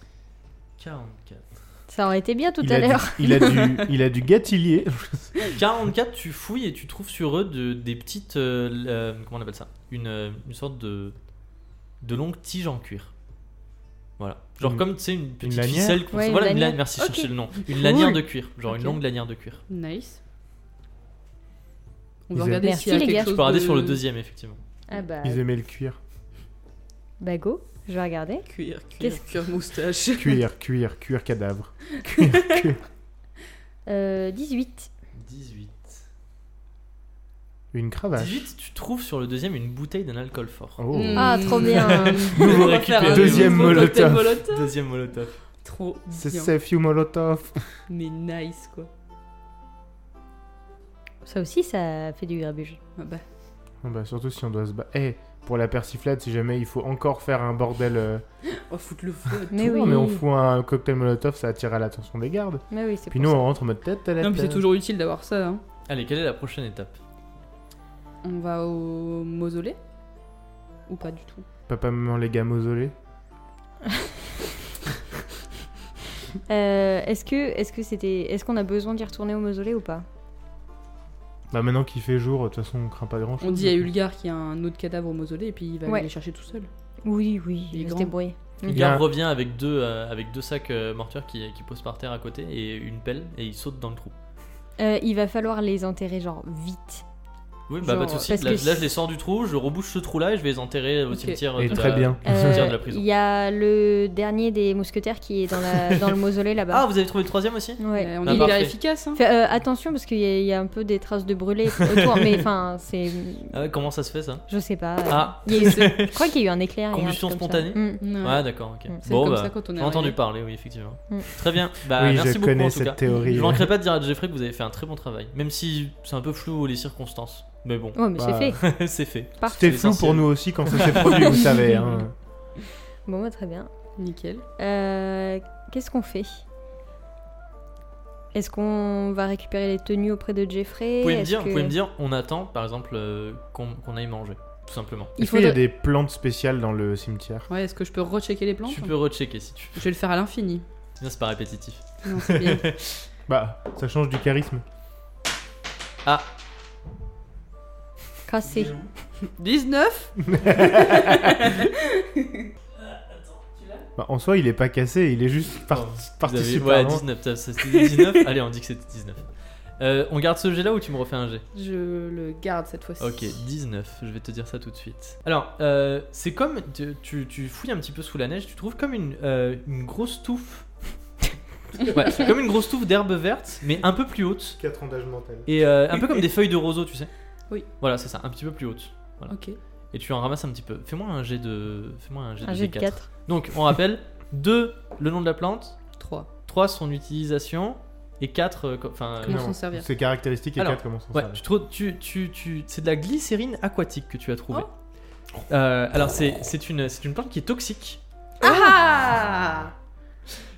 44. Ça aurait été bien tout il, à a l'heure. du, il a du, (laughs) il a du gâtillier. (laughs) 44, tu fouilles et tu trouves sur eux de- des petites. euh, euh, comment on appelle ça une, euh, une sorte de. de longue tige en cuir. Voilà. Genre Une- comme, tu sais, une petite lanière ficelle. qu'on- Ouais, une voilà, une lanière. lanière. Merci, Ok. chercher le nom. Une Cool. lanière de cuir. Genre Ok. une longue lanière de cuir. Nice. On va Ils aiment- regarder Merci, s'il y a les quelque gars. chose Je peux regarder de- sur le deuxième, effectivement. Ah bah, Ils aimaient le cuir. bah go, je vais regarder. Cuir, cuir, Qu'est-ce- cuir, moustache. Cuir, cuir, cuir cadavre. Euh, 18. 18. Une cravache. 18, tu trouves sur le deuxième une bouteille d'un alcool fort. Oh. Mm. Ah, (laughs) trop bien. Nouveau On va faire récupéré. un Deuxième nouveau cocktail Molotov. Molotov. Deuxième molotov. Trop C'est bien. Sefyu Molotov. Mais nice quoi. Ça aussi, ça fait du grabuge. Ah bah, Oh bah, surtout si on doit se battre. Eh, pour la persiflade, si jamais il faut encore faire un bordel. euh, on va foutre oh, le feu. à tout. Mais oui. non, mais on fout un cocktail Molotov, ça attire l'attention des gardes. Mais oui, c'est Puis pour nous, ça. on rentre en mode tête à la Non, puis c'est toujours utile d'avoir ça. hein. Allez, quelle est la prochaine étape On va au mausolée Ou pas du tout Papa, maman, les gars, mausolée. Euh, est-ce que, est-ce que c'était, est-ce qu'on a besoin d'y retourner au mausolée ou pas Bah, maintenant qu'il fait jour, de toute façon, on craint pas grand chose. On dit à Ulgar qu'il y a un autre cadavre au mausolée et puis il va Ouais. aller chercher tout seul. Oui, oui. Il est Il grand. se débrouiller. Le Il y a gars un- revient avec deux, euh, avec deux sacs euh, mortuaires qui, qui posent par terre à côté et une pelle et il saute dans le trou. Euh, il va falloir les enterrer genre vite. Oui, bah Genre, pas de soucis. parce Là, que là, si- je les sors du trou, je rebouche ce trou-là et je vais les enterrer au Ok. cimetière Et de très la- bien. au cimetière Euh, de la prison. Il y a le dernier des mousquetaires qui est dans, la, dans le mausolée Ah, là-bas. vous avez trouvé le troisième aussi ouais. Euh, on Ah, est hyper parfait. efficace. Hein. Fais, euh, attention parce qu'il y, a- il y a un peu des traces de brûlé autour, mais enfin, c'est, Ah, Comment ça se fait ça je sais pas. Ah, Il y a eu- (laughs) je crois qu'il y a eu un éclair. il y a un Combustion truc comme spontanée ça. Mm. Ouais. ouais, d'accord, ok. Mm. C'est Bon, comme bah, ça quand on est j'ai entendu arrivé. parler, oui, effectivement. Mm. Très bien, bah oui, merci je beaucoup connais en tout cette cas. théorie. Je manquerai pas de dire à Jeffrey que vous avez fait un très bon travail, même si c'est un peu flou les circonstances. Mais (laughs) bon, Ouais, mais Bah. c'est (laughs) fait. c'est fait. Parfait. C'était flou pour nous aussi quand ça s'est produit, vous savez. hein. Bon, bah, très bien. Nickel. Euh, Qu'est-ce qu'on fait Est-ce qu'on va récupérer les tenues auprès de Jeffrey Vous pouvez, me Est-ce dire, vous que- pouvez me dire, on attend par exemple euh, qu'on qu'on aille manger, tout simplement. Il Est-ce qu'il y a faudrait- des plantes spéciales dans le cimetière Ouais, est-ce que je peux rechecker les plantes Tu peux rechecker si tu veux. Je vais le faire (laughs) à l'infini. Sinon, c'est pas répétitif. Non, c'est bien. Bah, ça change du charisme. Casser. 19 Bah, en soi, il est pas cassé, il est juste par- Oh, Vous avez- parti super Ouais, loin. 19, ça- ça, c'était (laughs) 19. Allez, on dit que c'était 19. Euh, on garde ce jet-là ou tu me refais un jet Je le garde cette fois-ci. Ok, 19, je vais te dire ça tout de suite. Alors, euh, c'est comme. (laughs) Tu, tu- tu fouilles un petit peu sous la neige, tu trouves comme une, euh, une grosse touffe. Ouais, comme une grosse touffe d'herbe verte, mais un peu plus haute. 4 ans d'âge mental. Et euh, un peu comme des feuilles de roseau, tu sais. Oui. Voilà, c'est ça, un petit peu plus haute. Ok. Et tu en ramasses un petit peu. Fais-moi un jet de. Fais-moi un jet Un de jet de D4. 4. Donc, on rappelle (laughs) 2, le nom de la plante, 3. 3, son utilisation, et 4, enfin. euh, Comment s'en servir Ses caractéristiques et Alors, 4 comment s'en Ouais, tu servir. trouves- tu, tu, tu- c'est de la glycérine aquatique que tu as trouvée. Oh. Euh, alors, c'est c'est une, c'est une plante qui est toxique. Ah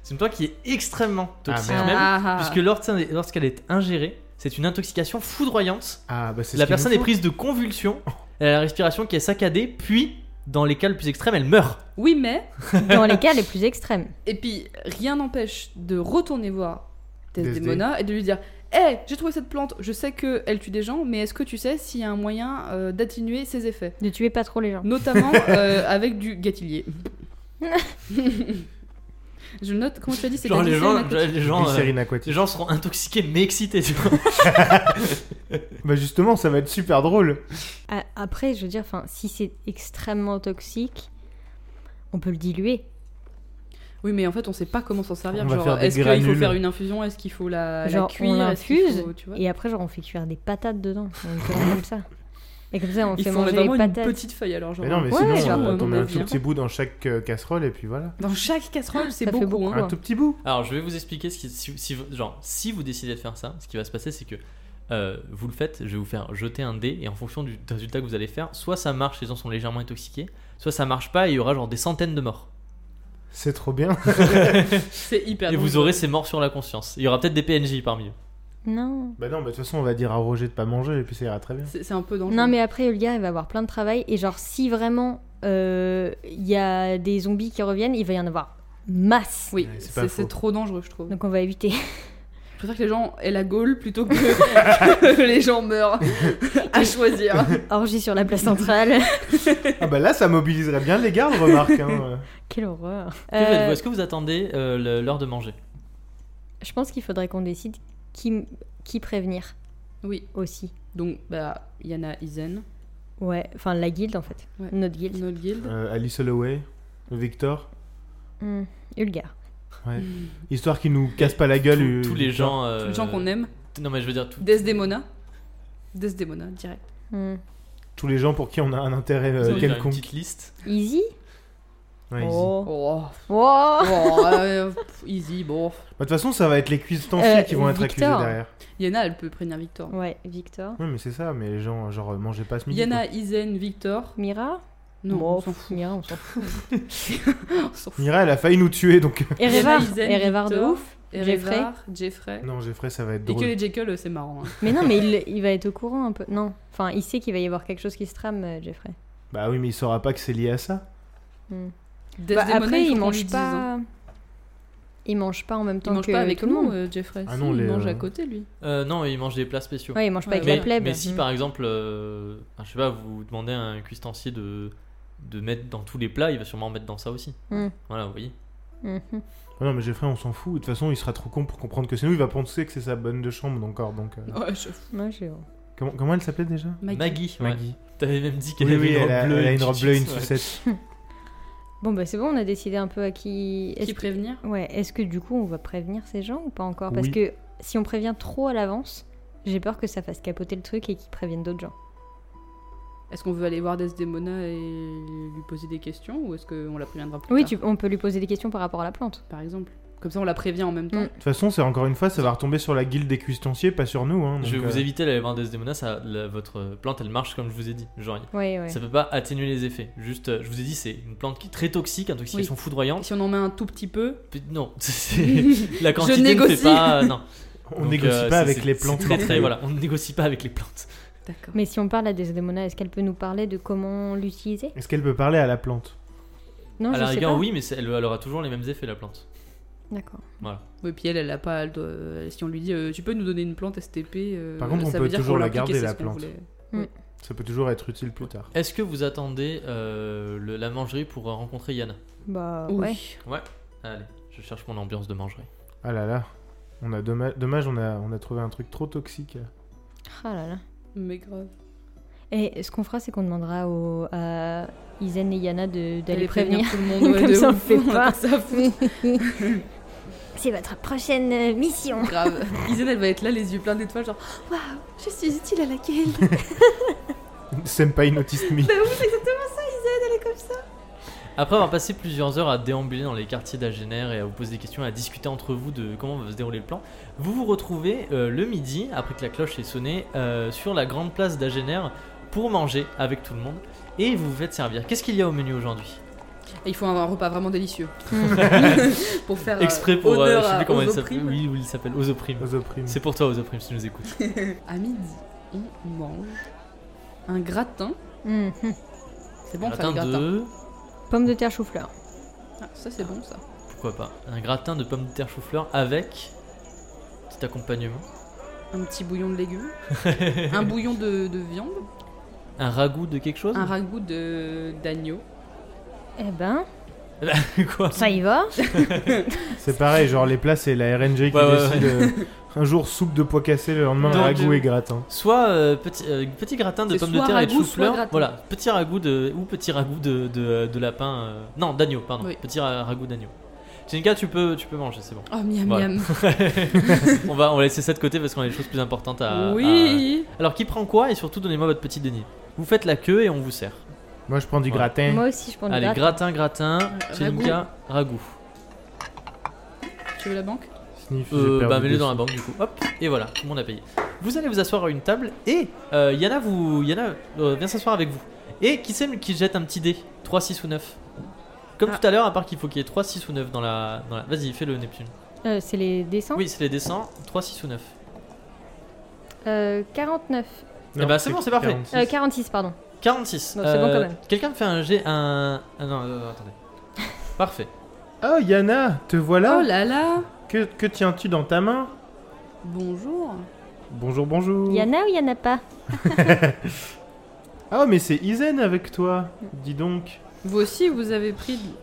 C'est une plante qui est extrêmement toxique, Ah, merde. même. Ah. Puisque lorsqu'elle lorsqu'elle est ingérée, c'est une intoxication foudroyante Ah, La bah c'est ce qu'il nous personne est faut. prise de convulsions, elle a la respiration qui est saccadée, puis, dans les cas les plus extrêmes, elle meurt. Oui, mais. (laughs) Dans les cas les plus extrêmes. Et puis, rien n'empêche de retourner voir Desdemona et de lui dire Hé, j'ai trouvé cette plante, je sais qu'elle tue des gens, mais est-ce que tu sais s'il y a un moyen euh, d'atténuer ses effets Ne tuez pas trop les gens. (laughs) Notamment euh, avec du gâtillier. je note, comment tu as dit C'est Genre, les glycérine gens, aquatique. les, gens, euh, Glycérine les aquatique. gens seront intoxiqués mais excités. tu vois. Bah justement, ça va être super drôle. A- Euh, Après, je veux dire, enfin, si c'est extrêmement toxique, on peut le diluer. Oui, mais en fait, on sait pas comment s'en servir. On va Genre, faire des est-ce qu'il faut granules. faire une infusion Est-ce qu'il faut la, la Genre, on cuire Est-ce qu'il l'infuse faut- tu vois Et après, genre, on fait cuire des patates dedans. On le fait comme ça. Et comme ça, on Il fait faut manger vraiment les une patates. petite feuille alors. Genre, Mais non, mais Ouais, sinon, genre, euh, euh, t'en mets un tout bien. petit bout dans chaque euh, casserole et puis voilà. Dans chaque casserole, c'est Ça fait beaucoup. beaucoup. hein. Un tout petit bout. Alors, je vais vous expliquer ce qui, si, si vous- genre, si vous décidez de faire ça, ce qui va se passer, c'est que euh, vous le faites, je vais vous faire jeter un dé, et en fonction du résultat que vous allez faire, soit ça marche, les gens sont légèrement intoxiqués, soit ça marche pas, et il y aura genre des centaines de morts. C'est trop bien. (laughs) C'est hyper. et vous dangereux. aurez ces morts sur la conscience. Il y aura peut-être des PNJ parmi eux. Non. Bah non, bah de toute façon, on va dire à Roger de pas manger et puis ça ira très (laughs) bien. C'est c'est un peu dangereux. Non, mais après, le gars, il va avoir plein de travail. Et genre, si vraiment euh, il y a des zombies qui reviennent, il va y en avoir masse. Oui, Ouais, c'est pas c'est faux. c'est trop dangereux, je trouve. Donc, on va éviter. (laughs) Je préfère que les gens aient la gaule plutôt que, que (laughs) les gens (laughs) meurent à choisir. Orgie sur la place centrale. Ah bah là, ça mobiliserait bien les gardes, remarque. hein. (laughs) Quelle horreur. Que Euh, faites-vous Est-ce que vous attendez euh, le- l'heure de manger je pense qu'il faudrait qu'on décide qui, qui prévenir Oui, aussi. donc bah il y en a Izen, Ouais, enfin, la guilde, en fait. Ouais. Notre guilde. notre guild. Euh, Alice Holloway, Victor. Hmm, Ulgar. Ouais. Histoire qu'il nous casse pas la gueule. Tous- euh, Tous les Victor. gens. Tous les gens euh, qu'on aime. Non, mais je veux dire, Euh, tout, Desdemona. Desdemona, direct. Hmm. Tous les gens pour qui on a un intérêt euh, vous allez faire une quelconque. petite liste. Easy Ouais, easy. Oh. Oh, Oh. (laughs) oh, euh, pff, easy, bon. Bah, de toute façon, ça va être les cuistanciers Euh, qui vont être Victor. accusés derrière. Yana, elle peut prévenir Victor. Ouais, Victor. Oui, mais c'est ça, mais les gens, genre, euh, mangez pas ce midi. Yana, Izen, Victor. Mira Non, Bon, on s'en pff, fout. Mira, on s'en fout. On s'en quoi. fout. Mira, elle a failli nous tuer, donc... (laughs) Erevar, Izen, Erevar de Victor, ouf. Jeffrey. Erevar, Jeffrey. Non, Jeffrey, ça va être Et que drôle. les Jekyll, euh, c'est marrant. hein. Mais non, mais il, il va être au courant un peu. Non, enfin, il sait qu'il va y avoir quelque chose qui se trame, euh, Jeffrey. Bah oui, mais il saura pas que c'est lié à ça. Bah, Desdemona, après, faut il qu'on mange lui dise, hein. pas. Il mange pas en même Il temps mange que pas avec tout le nous, monde. euh, Jeffrey. Ah Si, non, il les, mange à euh, côté, lui. Euh, non, ils mangent des plats spéciaux. Ouais, il mange pas avec mais, la plèbe. mais si Mm. par exemple, euh, enfin, je sais pas, vous demandez à un cuistancier de, de mettre dans tous les plats, il va sûrement en mettre dans ça aussi. Mm. Voilà, vous voyez. Mhm. Ah non, mais Jeffrey, on s'en fout. De toute façon, il sera trop con pour comprendre que c'est nous. Il va penser que c'est sa bonne de chambre, encore. Donc, euh, Ouais, je... Moi, je- comment, comment elle s'appelait déjà Maggie, ouais. Maggie. T'avais même dit qu'elle Oui, avait oui, une robe elle a, bleue. elle a et une robe petite bleue et une chemise, ouais. sucette. Bon, bah c'est bon, on a décidé un peu à qui. Qui Est-ce que... prévenir Ouais, est-ce que du coup, on va prévenir ces gens ou pas encore Parce Oui. que si on prévient trop à l'avance, j'ai peur que ça fasse capoter le truc et qu'ils préviennent d'autres gens. Est-ce qu'on veut aller voir Desdemona et lui poser des questions ou est-ce qu'on la préviendra plus Oui, tard, tu- on peut lui poser des questions par rapport à la plante. par exemple Comme ça, on la prévient en même temps. Mm. De toute façon, c'est encore une fois, ça va retomber sur la guilde des cuistanciers, pas sur nous. Hein, donc, Je vais vous euh, éviter d'aller voir Desdemona, ça, la- votre plante elle marche comme je vous ai dit. Genre, Ouais, ouais. ça peut pas atténuer les effets. Juste, euh, je vous ai dit, c'est une plante qui est très toxique, intoxication foudroyante. Si on en met un tout petit (laughs) peu, Puis- Non, (laughs) c'est- (laughs) la quantité ne négocie. fait pas. euh, non. (laughs) On Donc, négocie euh, pas c'est- avec c'est- les c'est plantes. Très, très, voilà, on ne négocie pas avec les plantes. d'accord. Mais si on parle à Desdemona, est-ce qu'elle peut nous parler de comment l'utiliser Est-ce qu'elle peut parler à la plante Non, à je la sais rigueur, pas. oui, mais c'est- elle, elle aura toujours les mêmes effets, la plante. D'accord. Oui, puis elle, elle a pas. elle doit- euh, si on lui dit, euh, tu peux nous donner une plante STP, euh, Par contre, on ça peut veut dire toujours qu'on la piqué, garder, c'est la ce qu'on plante. voulait. Ça peut toujours être utile plus tard. Est-ce que vous attendez euh, le- la mangerie pour euh, rencontrer Yana Bah Oui. ouais. Allez, je cherche mon ambiance de mangerie. Ah là là. On a dommage, dommage, on, a, on a trouvé un truc trop toxique. (laughs) Ah là là. Mais grave. Et ce qu'on fera, c'est qu'on demandera au, à Izen et Yana de- d'aller Allez prévenir. (laughs) tout le monde. ouais, Comme de ça, on (laughs) ouf, fait pas. ça fout. C'est votre prochaine euh, mission. Grave. Isen, elle va être là, les yeux pleins d'étoiles, genre Waouh, je suis utile à la guilde. Senpai noticed (laughs) me. bah oui, c'est exactement ça, Isen, elle est comme ça. Après avoir passé plusieurs heures à déambuler dans les quartiers d'Agener et à vous poser des questions, à discuter entre vous de comment va se dérouler le plan, vous vous retrouvez euh, le midi, après que la cloche ait sonné, euh, sur la grande place d'Agener pour manger avec tout le monde et vous vous faites servir. Qu'est-ce qu'il y a au menu aujourd'hui Et il faut un repas vraiment (laughs) délicieux. Hmm. pour faire. euh, Exprès pour. euh, honneur je sais à plus comment il Ozoprime. s'appelle. Oui, oui, il s'appelle Ozoprime. Ozoprime. C'est pour toi, Ozoprime, si tu nous écoutes. À midi, on mange un gratin. Hmm, hmm. C'est bon, faire gratin des gratins. de. Pomme de terre chou-fleur. Ah, ça, c'est bon, ça. Pourquoi pas Un gratin de pommes de terre chou-fleur avec. Petit accompagnement. Un petit bouillon (laughs) de légumes. un bouillon de, de viande. Un ragoût de quelque (laughs) chose Un ragoût de- d'agneau. Eh ben, Quoi ça y va. C'est pareil, genre les plats, c'est la RNG qui Ouais, ouais, décide. euh, un jour soupe de pois cassé, le lendemain Donc, ragoût euh, et gratin. Soit euh, petit, euh, petit gratin de C'est pommes de soit terre et de ragoût, soit chou-fleur. gratin. Voilà, petit ragoût de. ou petit ragoût de, de, de lapin. euh, Non, d'agneau, pardon. Oui. Petit ra- ragoût d'agneau. Jenka, tu peux, tu peux manger, c'est bon. (laughs) Oh, miam Voilà. miam. on, va, on va laisser ça de côté parce qu'on a des choses plus importantes à. à- oui. Alors, qui prend quoi Et surtout, donnez-moi votre petit denier. Vous faites la queue et on vous sert. Moi, je prends du Ouais. gratin. Moi aussi, je prends du Allez, gratin. gratin, gratin. Euh, Jenka, ragoût. Tu veux la banque Sniff, j'ai Euh, perdu bah mets-le des dans la banque du coup. Hop, et voilà, tout le monde a payé. Vous allez vous asseoir à une table et euh, Yana, vous, Yana euh, vient s'asseoir avec vous. Et qui c'est qui jette un petit dé 3, 6 ou 9 Comme Ah. tout à l'heure, à part qu'il faut qu'il y ait 3, 6 ou 9 dans la. Dans la... Vas-y, fais le Neptune. Euh, c'est les dessins Oui, c'est les dessins 3, 6 ou 9. Euh, 49. sous. Eh bah, c'est bon, c'est parfait. 46. Euh, 46, pardon. 46. Bon, c'est bon quand même. Euh, Quelqu'un me fait un G. Un... Ah non, non, non, attendez. (laughs) Parfait. Oh, Yana, te voilà. Oh là là. Que, que tiens-tu dans ta main Bonjour. Bonjour, bonjour. Il y en a ou il y en a pas Ah, mais c'est Izen avec toi. Dis donc. Vous aussi, vous avez pris. de-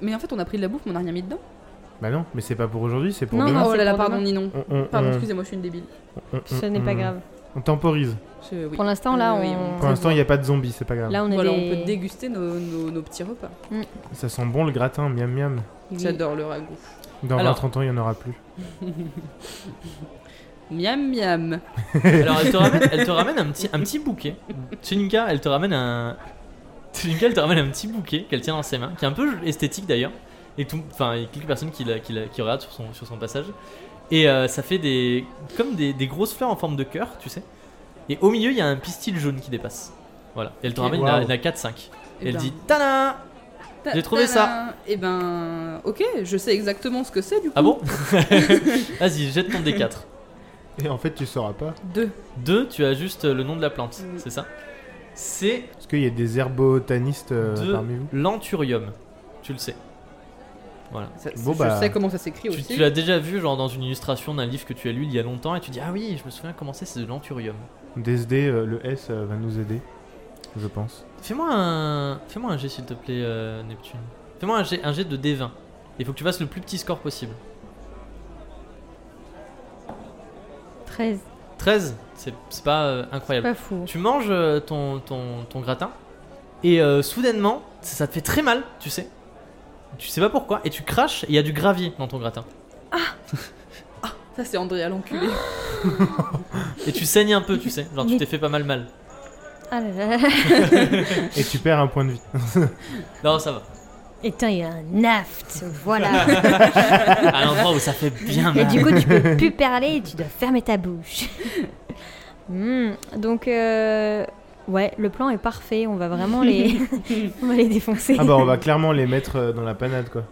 Mais en fait, on a pris de la bouffe, mais on n'a rien mis dedans. Bah non, mais c'est pas pour aujourd'hui, c'est pour Non, demain. non, oh c'est là là, pour pardon, demain. Euh. Ninon. On, on- Pardon, on- excusez-moi, je suis une débile. on- on- Ce n'est pas on- grave. On temporise. Je- oui. Pour l'instant, là, on... Oui, oui, on- Mm. Pour l'instant, il n'y a pas de zombies, c'est pas grave. Là, on est Voilà, des- on peut déguster nos, nos- nos petits repas. Ça sent bon le gratin, miam miam. Oui. J'adore le ragoût. Dans Alors. 20-30 ans, il n'y en aura plus. Miam miam. Alors elle te ramène, elle te ramène un, petit, un petit bouquet. Tsunika, elle te ramène un. Tsunika, elle te ramène un petit bouquet qu'elle tient dans ses mains, qui est un peu esthétique d'ailleurs. Et tout, enfin, il y a quelques personnes qui, la- qui, la- qui regardent sur son, sur son passage. Et euh, ça fait des. comme des, des grosses fleurs en forme de cœur, tu sais. Et au milieu, il y a un pistil jaune qui dépasse. Voilà. Et elle te Ok. ramène, il y en a- il Wow. y en a 4-5. Eh elle ben, dit Tada ta- j'ai trouvé tadam. Eh ben, ok, je sais exactement ce que c'est du coup. Ah bon (laughs) Vas-y, jette ton D4. (laughs) Et en fait, tu sauras pas. Deux. 2, tu as juste le nom de la plante, Oui. c'est ça C'est Parce qu'il y a des herbotanistes euh, Deux. parmi vous. l'anthurium. Tu le sais. Voilà. Ça- Bon, je bah, sais comment ça s'écrit Tu, aussi. tu l'as déjà vu genre dans une illustration d'un livre que tu as lu il y a longtemps et tu dis ah oui je me souviens comment c'est c'est de l'anthurium. DSD, euh, le S euh, va nous aider. Je pense. Fais-moi un fais-moi un jet s'il te plaît euh, Neptune. Fais-moi un jet un jet de D20. Il faut que tu fasses le plus petit score possible. 13. 13 c'est c'est pas euh, C'est incroyable. pas fou. Tu manges euh, ton, ton, ton gratin et euh, soudainement ça, ça te fait très mal tu sais. Tu sais pas pourquoi et tu craches et il y a du gravier dans ton gratin Ça, c'est André à l'enculé. Ah. et tu saignes un peu tu sais genre tu Mais- t'es fait pas mal mal. Ah là là là. Et tu perds un point de vie. Non ça va. Et tiens, il y a un naft. (laughs) Voilà. À l'endroit où ça fait bien (laughs) et mal. du coup, tu peux plus parler et tu dois fermer ta bouche. (laughs) Hmm, Donc, euh, ouais, le plan est parfait. On va vraiment (laughs) les, on va les défoncer. Ah bah, on va clairement les mettre euh, dans la panade, quoi.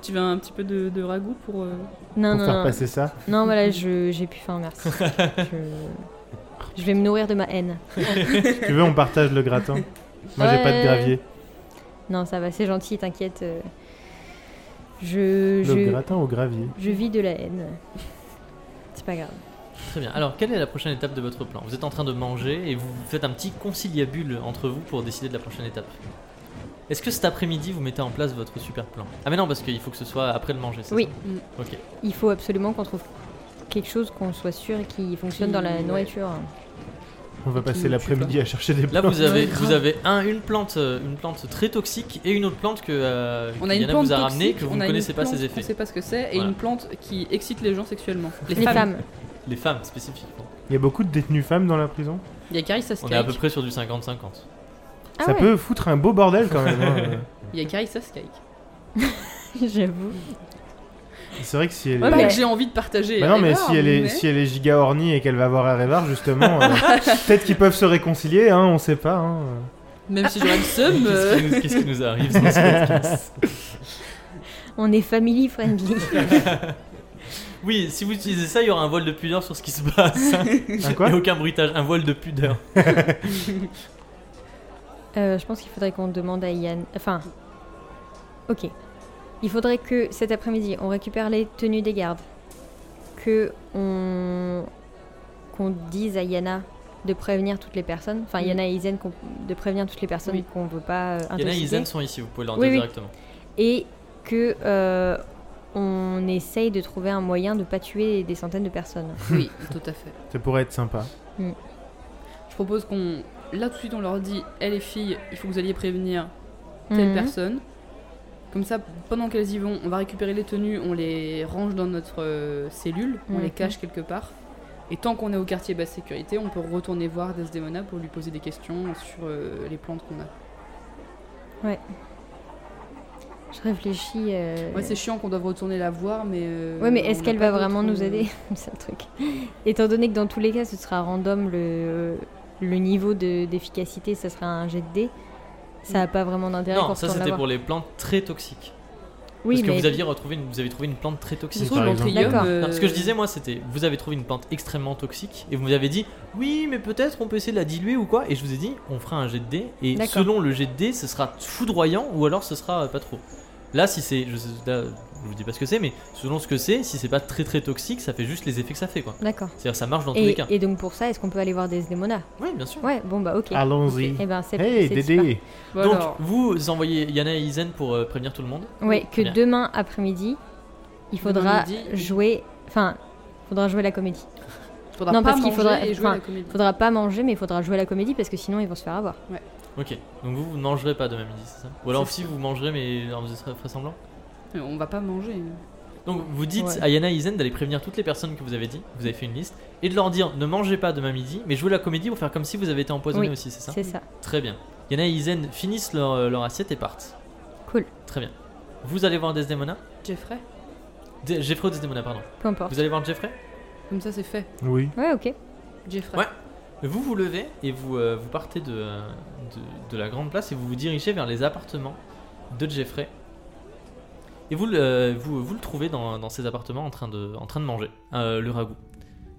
tu veux un petit peu de, de ragoût pour. euh, non, Pour non, faire non. passer ça. Non, voilà, je- j'ai plus faim, merci. Je... je vais me nourrir de ma haine. Si tu veux, on partage le gratin. Moi, j'ai pas de Ouais. gravier. Non, ça va, c'est gentil, t'inquiète. euh, Le Je, je, gratin au gravier. je vis de la haine. C'est pas grave. Très bien. Alors, quelle est la prochaine étape de votre plan Vous êtes en train de manger et vous faites un petit conciliabule entre vous pour décider de la prochaine étape. Est-ce que cet après-midi vous mettez en place votre super plan Ah mais non parce qu'il faut que ce soit après le manger. c'est Oui. ça Mm. Ok. Il faut absolument qu'on trouve quelque chose qu'on soit sûr et qui fonctionne dans la Ouais. nourriture. On va Qui passer nous l'après-midi à chercher des Là, plantes. vous avez, Ouais, grave. vous avez un, une, plante, euh, une plante très toxique et une autre plante que, euh, que On a une Yana plante vous a ramenée toxique, que vous on a ne une connaissez pas plante ses qu'on effets. sait pas ce que c'est, et Voilà. une plante qui excite les gens sexuellement. Les, Les femmes. Les femmes spécifiquement. Il y a beaucoup de détenues femmes dans la prison. Il y a Carissa On est à peu Skyke. près sur du 50-50. Ah ça ouais, peut foutre un beau bordel quand même. hein. Il y a Carissa Skyke. (laughs) j'avoue. C'est vrai que si elle est... Ouais, mais- mais que j'ai envie de partager. Bah non, mais Ever, si elle est, mais- si elle est giga horny et qu'elle va voir Erevar, justement, euh, peut-être qu'ils peuvent se réconcilier, hein, on sait pas. hein. Même si j'aurais (laughs) le seum. Qu'est-ce euh, qui nous- Qu'est-ce qui nous arrive dans ce podcast On est family friendly. Oui, si vous utilisez ça, il y aura un voile de pudeur sur ce qui se (laughs) passe. Un Il quoi n'y a aucun bruitage, un voile de pudeur. Euh, je pense qu'il faudrait qu'on demande à Yann. Enfin. Ok. Il faudrait que cet après-midi, on récupère les tenues des gardes. Que on. Qu'on dise à Yana de prévenir toutes les personnes. Enfin, Mm. Yana et Izen, qu'on- de prévenir toutes les personnes Oui. qu'on veut pas euh, Yana et intoxiquer. Izen sont ici, vous pouvez leur dire Oui, oui. directement. Et que. euh, on essaye de trouver un moyen de pas tuer des centaines de personnes. Oui, tout à fait. Ça pourrait être sympa. Je propose qu'on. Là, tout de suite, on leur dit Eh les filles, il faut que vous alliez prévenir telle Mhm. personne. Comme ça, pendant qu'elles y vont, on va récupérer les tenues, on les range dans notre euh, cellule, on les Mhm. cache quelque part. Et tant qu'on est au quartier basse sécurité, on peut retourner voir Desdemona pour lui poser des questions sur euh, les plantes qu'on a. Je réfléchis. euh, Ouais, c'est chiant qu'on doive retourner la voir, mais. euh, Ouais, mais on est-ce a qu'elle pas va vraiment d'autres, nous euh, (laughs) aider (laughs) C'est le truc. Étant donné que dans tous les cas, ce sera random le, le niveau de- d'efficacité, ça sera un jet de dés. Ça n'a pas vraiment d'intérêt Non, quand ça c'était pour les plantes très toxiques. Oui, parce que mais vous aviez, retrouvé une, vous avez trouvé une plante très Si ça se toxique. trouve, par exemple. l'entrium, D'accord. euh, Non, ce que je disais moi c'était vous avez trouvé une plante extrêmement toxique et vous m'avez dit oui mais peut-être on peut essayer de la diluer ou quoi et je vous ai dit on fera un jet de dés et D'accord. selon le jet de dés ce sera foudroyant ou alors ce sera euh, pas trop. Là si c'est je, sais- là, je vous dis pas ce que c'est mais selon ce que c'est si c'est pas très très toxique ça fait juste les effets que ça fait quoi. D'accord. C'est-à-dire ça marche dans tous les Et, cas. et donc pour ça, est-ce qu'on peut aller voir Desdemona Oui bien sûr. Ouais, bon bah ok. Allons-y. Eh ben c'est Hey, c'est super. Dédé Bon, Donc alors, vous envoyez Yana et Izen pour euh, prévenir tout le monde. Ouais, que Bien. demain après-midi, il faudra midi, il- jouer. Enfin, faudra jouer la comédie. faudra non, pas parce qu'il manger faudra- et jouer à la enfin, comédie. Faudra pas manger, mais il faudra jouer la comédie parce que sinon ils vont se faire avoir. Ok donc vous vous ne mangerez pas demain midi c'est ça Ou alors C'est si vous mangerez mais alors, vous serez semblant. Mais On va pas manger. euh, Donc vous dites Ouais. à Yana et Izen d'aller prévenir toutes les personnes que vous avez dit, vous avez fait une liste, et de leur dire ne mangez pas demain midi, mais jouez la comédie pour faire comme si vous avez été empoisonné Oui, aussi, c'est Ah. ça C'est ça. Très bien. Yana et Izen finissent leur, euh, leur assiette et partent. Cool. Très bien. Vous allez voir Desdemona Jeffrey, De- Jeffrey ou Desdemona, pardon. Peu importe. Vous allez voir Jeffrey comme ça c'est fait. Oui. Ouais, ok. Jeffrey. Ouais. Vous vous levez et vous, euh, vous partez de, euh, de, de la grande place et vous vous dirigez vers les appartements de Jeffrey. Et vous, le- euh, vous, vous le trouvez dans, dans ses appartements en train de, en train de manger euh, le ragoût.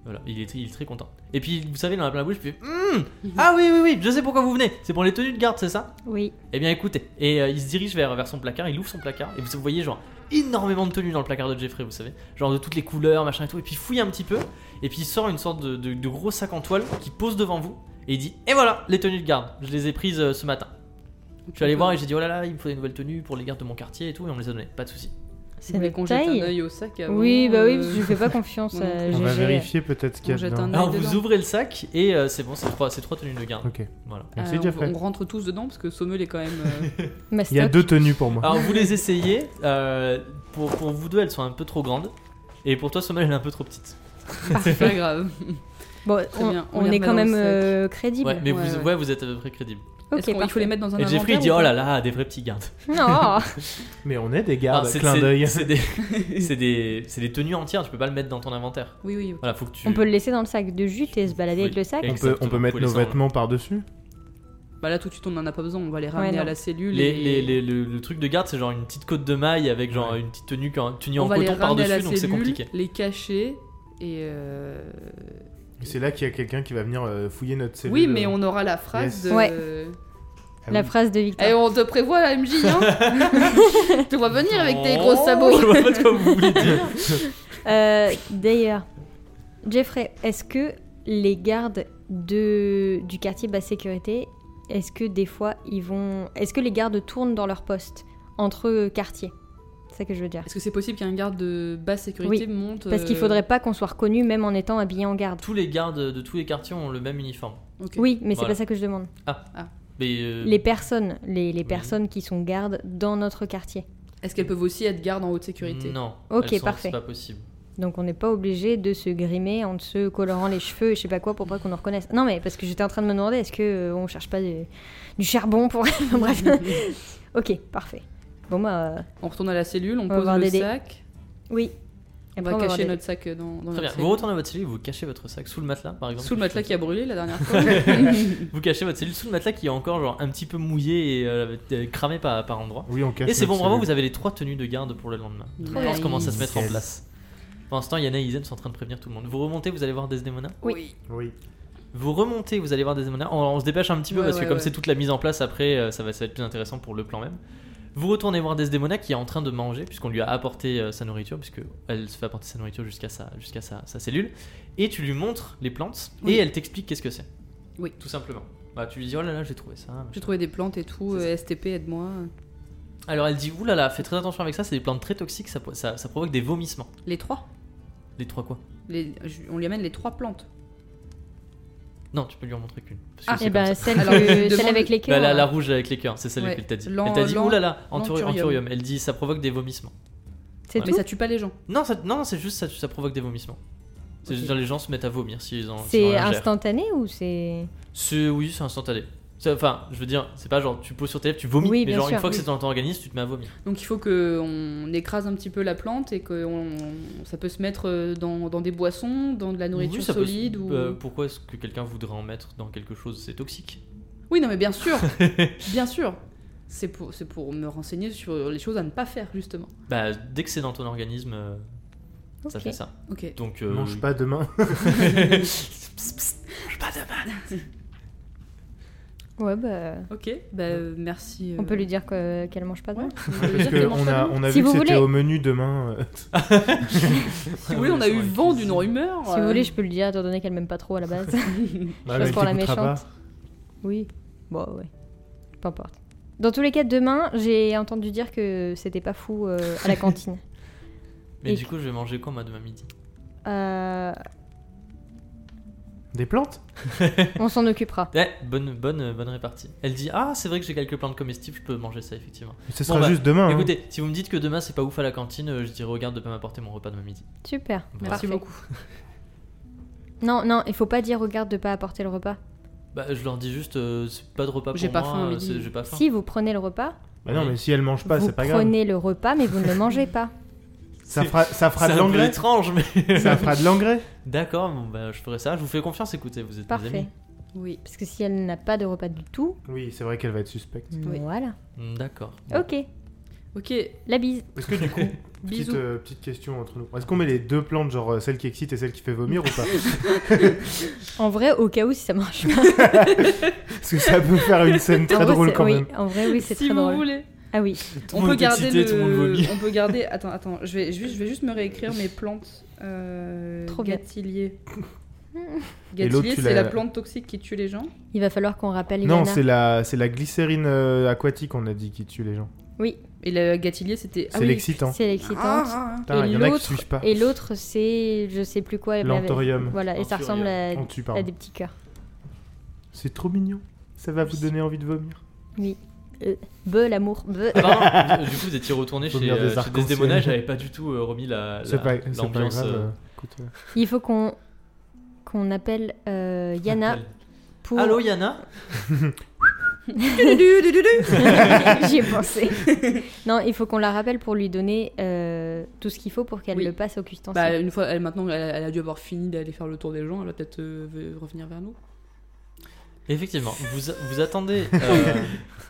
Voilà, il est, il est très content. Et puis, vous savez, dans la plein bouche, puis Hum, Ah oui, oui, oui, je sais pourquoi vous venez. C'est pour les tenues de garde, c'est ça Oui. Eh bien, écoutez. Et euh, il se dirige vers, vers son placard, il ouvre son placard et vous voyez, genre, énormément de tenues dans le placard de Jeffrey, vous savez. Genre de toutes les couleurs, machin et tout. Et puis, il fouille un petit peu. Et puis il sort une sorte de, de- de gros sac en toile qui pose devant vous et il dit Et voilà les tenues de garde, je les ai prises euh, ce matin. Je suis allé voir et j'ai dit Oh là là, il me faut des nouvelles tenues pour les gardes de mon quartier et tout, et on me les a données, pas de soucis. C'est Vous voulez qu'on jette taille. un œil au sac avant, Oui, bah oui, euh, parce que je (laughs) fais pas confiance on à euh, est- On va GG. vérifier peut-être ce qu'il y a On jette dedans. un Alors est vous dedans. ouvrez le sac et euh, c'est bon, c'est trois, c'est trois tenues de garde. Ok. Voilà. Merci Euh, on, Jeffrey. on rentre tous dedans parce que Sommel est quand même. euh, Ma Il y a stock. deux tenues pour moi. Alors vous les essayez, euh, pour, pour vous deux elles sont un peu trop grandes et pour toi Sommel elle est un peu trop petite. c'est pas grave. Bon, Très on, bien, on on les est remet quand dans le même sac. euh, crédible. Ouais, mais Ouais, vous, ouais. ouais, vous êtes à peu près crédible. Ok, Est-ce qu'on- il faut parfait. les mettre dans un Et Jeffrey il inventaire dit ou Oh pas là là, des vrais petits gardes. (laughs) Non. Mais on est des Non, gardes, Ah, c'est- clin c'est- d'œil. C'est (laughs) des, c'est des, c'est des tenues entières, tu peux pas le mettre dans ton inventaire. Oui, oui. Voilà, faut que tu. on peut le laisser dans le sac de jute et se balader Oui. avec le sac. Et- On peut, on Exactement, peut mettre vous nos pouvez les hein. vêtements par-dessus Bah là, tout de suite, on en a pas besoin. On va les ramener Ouais, non. à la cellule. Les- et- les- les- le, le truc de garde, c'est genre une petite côte de maille avec genre une petite tenue en, tenue on en va les coton ramener à la par-dessus, donc c'est cellule, compliqué. Les cacher et. euh, C'est là qu'il y a quelqu'un qui va venir euh, fouiller notre cellule. Oui, mais on aura la phrase Yes. de. Ouais. euh, Ah La oui. phrase de Victor. Eh, on te prévoit la MJ, (laughs) hein Tu vas venir avec tes gros sabots. Oh, Je vois pas de quoi vous voulez dire. Euh, D'ailleurs, Jeffrey, est-ce que les gardes de, du quartier basse sécurité, est-ce que des fois ils vont. Est-ce que les gardes tournent dans leur poste entre quartiers C'est ça que je veux dire. Est-ce que c'est possible qu'un garde de basse sécurité monte Parce qu'il euh, faudrait pas qu'on soit reconnu même en étant habillé en garde. Tous les gardes de tous les quartiers ont le même uniforme. euh, ok. Oui, mais c'est Voilà. pas ça que je demande. Mais, euh, Les personnes, les, les personnes qui sont gardes dans notre quartier. Est-ce qu'elles peuvent aussi être gardes en haute sécurité Non. Ok, elles sont- parfait. C'est pas possible. Donc on n'est pas obligé de se grimer en se colorant les cheveux et je sais pas quoi pour pas qu'on nous reconnaisse. Non mais parce que j'étais en train de me demander est-ce que euh, on cherche pas du- du charbon pour (laughs) Enfin, bref. ok, parfait. Bon bah euh, (laughs) On retourne à la cellule, on, va pose voir le Dédé. sac, oui. on Après, va avoir cacher des- notre sac dans, dans Très notre bien. sac. Vous retournez à votre cellule, vous cachez votre sac sous le matelas, par exemple. Sous le matelas qui a brûlé la (laughs) dernière fois. Vous cachez votre cellule sous le matelas qui est encore genre un petit peu mouillé et euh, euh, cramé par, par endroit. Oui, on cache. Et c'est bon, notre bravo, cellule. vous avez les trois tenues de garde pour le lendemain. Nice. Les forces commencent à se mettre en Yes. place. Pour l'instant, Yana et Izen sont en train de prévenir tout le monde. Vous remontez, vous allez voir Desdemona. Oui. Oui. Vous remontez, vous allez voir Desdemona. On, on se dépêche un petit peu Ouais, parce que ouais, comme ouais. c'est toute la mise en place après, euh, ça va, ça va être plus intéressant pour le plan même. Vous retournez voir Desdemona qui est en train de manger puisqu'on lui a apporté euh, sa nourriture puisque elle se fait apporter sa nourriture jusqu'à sa, jusqu'à sa, sa cellule et tu lui montres les plantes Oui. et elle t'explique qu'est-ce que c'est. Oui. Tout simplement. Bah, tu lui dis oh là là j'ai trouvé ça. J'ai trouvé des plantes et tout, euh, STP, aide-moi. Alors elle dit oulala là là, fais très attention avec ça c'est des plantes très toxiques ça, po- ça, ça provoque des vomissements. Les trois. Les trois quoi Les- je- On lui amène les trois plantes. Non tu peux lui en montrer qu'une. parce que Ah, c'est Et comme ça. ben celle, Alors, que- demande- celle avec les Bah, cœurs. hein. la, la là. rouge avec les cœurs c'est celle Ouais. qu'elle t'a dit. L'an- Elle t'a dit l'an- oulala anturium. l'anthurium. anturium elle dit ça provoque des vomissements. C'est Mais tout. ça tue pas les gens. Non, ça- non, c'est juste ça, ça provoque des vomissements. C'est Ok. juste les gens se mettent à vomir s'ils en s'ils en C'est ingèrent. instantané ou c'est C'est- oui, c'est instantané. C'est- Enfin, je veux dire, c'est pas genre tu poses sur tes lèvres, tu vomis, Oui, mais bien genre une sûr, fois que oui. c'est dans ton organisme, tu te mets à vomir. Donc il faut qu'on écrase un petit peu la plante et que on- ça peut se mettre euh, dans, dans des boissons, dans de la nourriture Oui, ça peut- solide ou. euh, pourquoi est-ce que quelqu'un voudrait en mettre dans quelque chose C'est toxique. Oui, non, mais (laughs) bien sûr Bien sûr C'est pour, c'est pour me renseigner sur les choses à ne pas faire, justement. Bah, dès que c'est dans ton organisme, euh, ça Ok. fait ça. Ok. Donc, euh, Mange pas demain. Ouais bah Ok, bah euh, merci. on euh, peut lui dire que- qu'elle mange pas de Ouais. moi. on peut lui Parce dire qu'elle mange qu'on pas a, de nous. on a Si vu vous que c'était voulez. au menu demain. euh, Ah Si vous voulez, on a eu vent d'une rumeur. Si euh, vous voulez, je peux le dire étant donné qu'elle m'aime pas trop à la base. (laughs) bah, Chose mais pour la t'écouteras pas. méchante. Oui. Bon, ouais. Peu importe. Dans tous les cas, demain, j'ai entendu dire que c'était pas fou euh, à la cantine. (laughs) Mais Et- du coup, je vais manger quoi moi demain midi Euh, Des plantes on s'en occupera. Eh, bonne, bonne, bonne répartie. Elle dit Ah, c'est vrai que j'ai quelques plantes comestibles, je peux manger ça effectivement. Ce sera bah, juste demain. hein. Écoutez, si vous me dites que demain c'est pas ouf à la cantine, euh, je dirais Regarde de pas m'apporter mon repas demain midi. Super. Merci Parfait. beaucoup. Non, non, il faut pas dire au garde de pas apporter le repas. Bah, je leur dis juste, euh, c'est pas de repas pour J'ai pas moi, faim à euh, midi. c'est- j'ai pas faim. Si vous prenez le repas, Bah non, mais si elle mange pas, vous c'est pas grave. prenez le repas, mais vous ne le mangez pas. Ça fera, ça fera c'est de un peu l'engrais. étrange, (laughs) mais. Ça fera de l'engrais. (laughs) D'accord, bon, bah, je ferai ça. Je vous fais confiance, écoutez, vous êtes mes Parfait. amis. Oui. Parce que si elle n'a pas de repas du tout, Oui, c'est vrai qu'elle va être suspecte. Oui. voilà. Mm, D'accord. Ok, Ok, la bise. Est-ce que (laughs) du coup, petite, bisous. euh, petite question entre nous. Est-ce qu'on met les deux plantes, genre euh, celle qui excite et celle qui fait vomir (laughs) ou pas En vrai, au cas où, si ça marche pas. Parce que ça peut faire une scène (laughs) En très vrai, drôle c'est- quand oui, même. En vrai, oui, c'est si très vous drôle. voulez. Ah oui, Tout le On peut monde est garder excité, tout le monde vomit. le... On (laughs) peut garder... Attends, attends, je vais, juste, je vais juste me réécrire mes plantes. Euh... Trop bien. Gatilier. Et l'autre, Gatilier, tu c'est l'as- la plante toxique qui tue les gens. il va falloir qu'on rappelle Non, Ivana. c'est la, c'est la glycérine euh, aquatique, on a dit, qui tue les gens. Oui, Et le gatilier, c'était... Ah C'est oui. l'excitant. c'est l'excitante. Ah, ah, ah. Putain, et il y en a qui l'autre- suivent pas. Et l'autre, c'est je sais plus quoi. mais avec- L'anthorium. Voilà, et ça ressemble à, On tue, à pardon. des petits cœurs. C'est trop mignon. Ça va vous donner envie de vomir. Be l'amour, be. Ah, pardon, (laughs) du coup, vous étiez retourné chez, Vomir des euh, chez arcs-en-ciel. Desdemona, j'avais pas du tout euh, remis la, la- C'est pas, c'est pas l'ambiance. grave. euh, euh, écoute, euh, Il faut qu'on qu'on appelle euh, Yana telle. pour. (laughs) Allô, Yana (laughs) J'y ai pensé. non, il faut qu'on la rappelle pour lui donner euh, tout ce qu'il faut pour qu'elle Oui. le passe au cuistan. Bah, une fois, elle, maintenant, elle, elle a dû avoir fini d'aller faire le tour des gens, elle va peut-être euh, ve- revenir vers nous. Effectivement, vous, vous attendez. euh,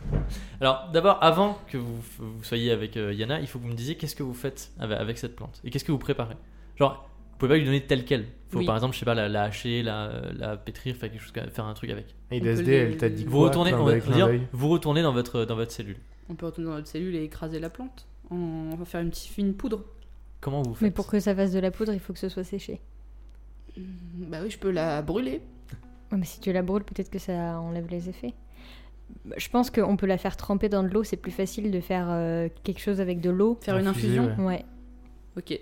(laughs) Alors, d'abord, avant que vous, vous soyez avec euh, Yana, il faut que vous me disiez qu'est-ce que vous faites avec, avec cette plante et qu'est-ce que vous préparez. Genre, vous pouvez pas lui donner telle quelle. Faut Oui. par exemple, je sais pas, la, la hacher, la, la pétrir, faire quelque chose, faire un truc avec. Et peut DSD, les- elle t'a dit Vous quoi retournez, Clin on va d'œil, clin dire, d'œil. vous retournez dans votre dans votre cellule. On peut retourner dans notre cellule et écraser la plante. On va faire une petite fine poudre. Comment vous faites Mais pour que ça fasse de la poudre, il faut que ce soit séché. Bah oui, je peux la brûler. Ouais, mais si tu la brûles, peut-être que ça enlève les effets. Bah, je pense qu'on peut la faire tremper dans de l'eau, c'est plus facile de faire euh, quelque chose avec de l'eau. Faire une Infuser, infusion ouais. Ouais. Ok.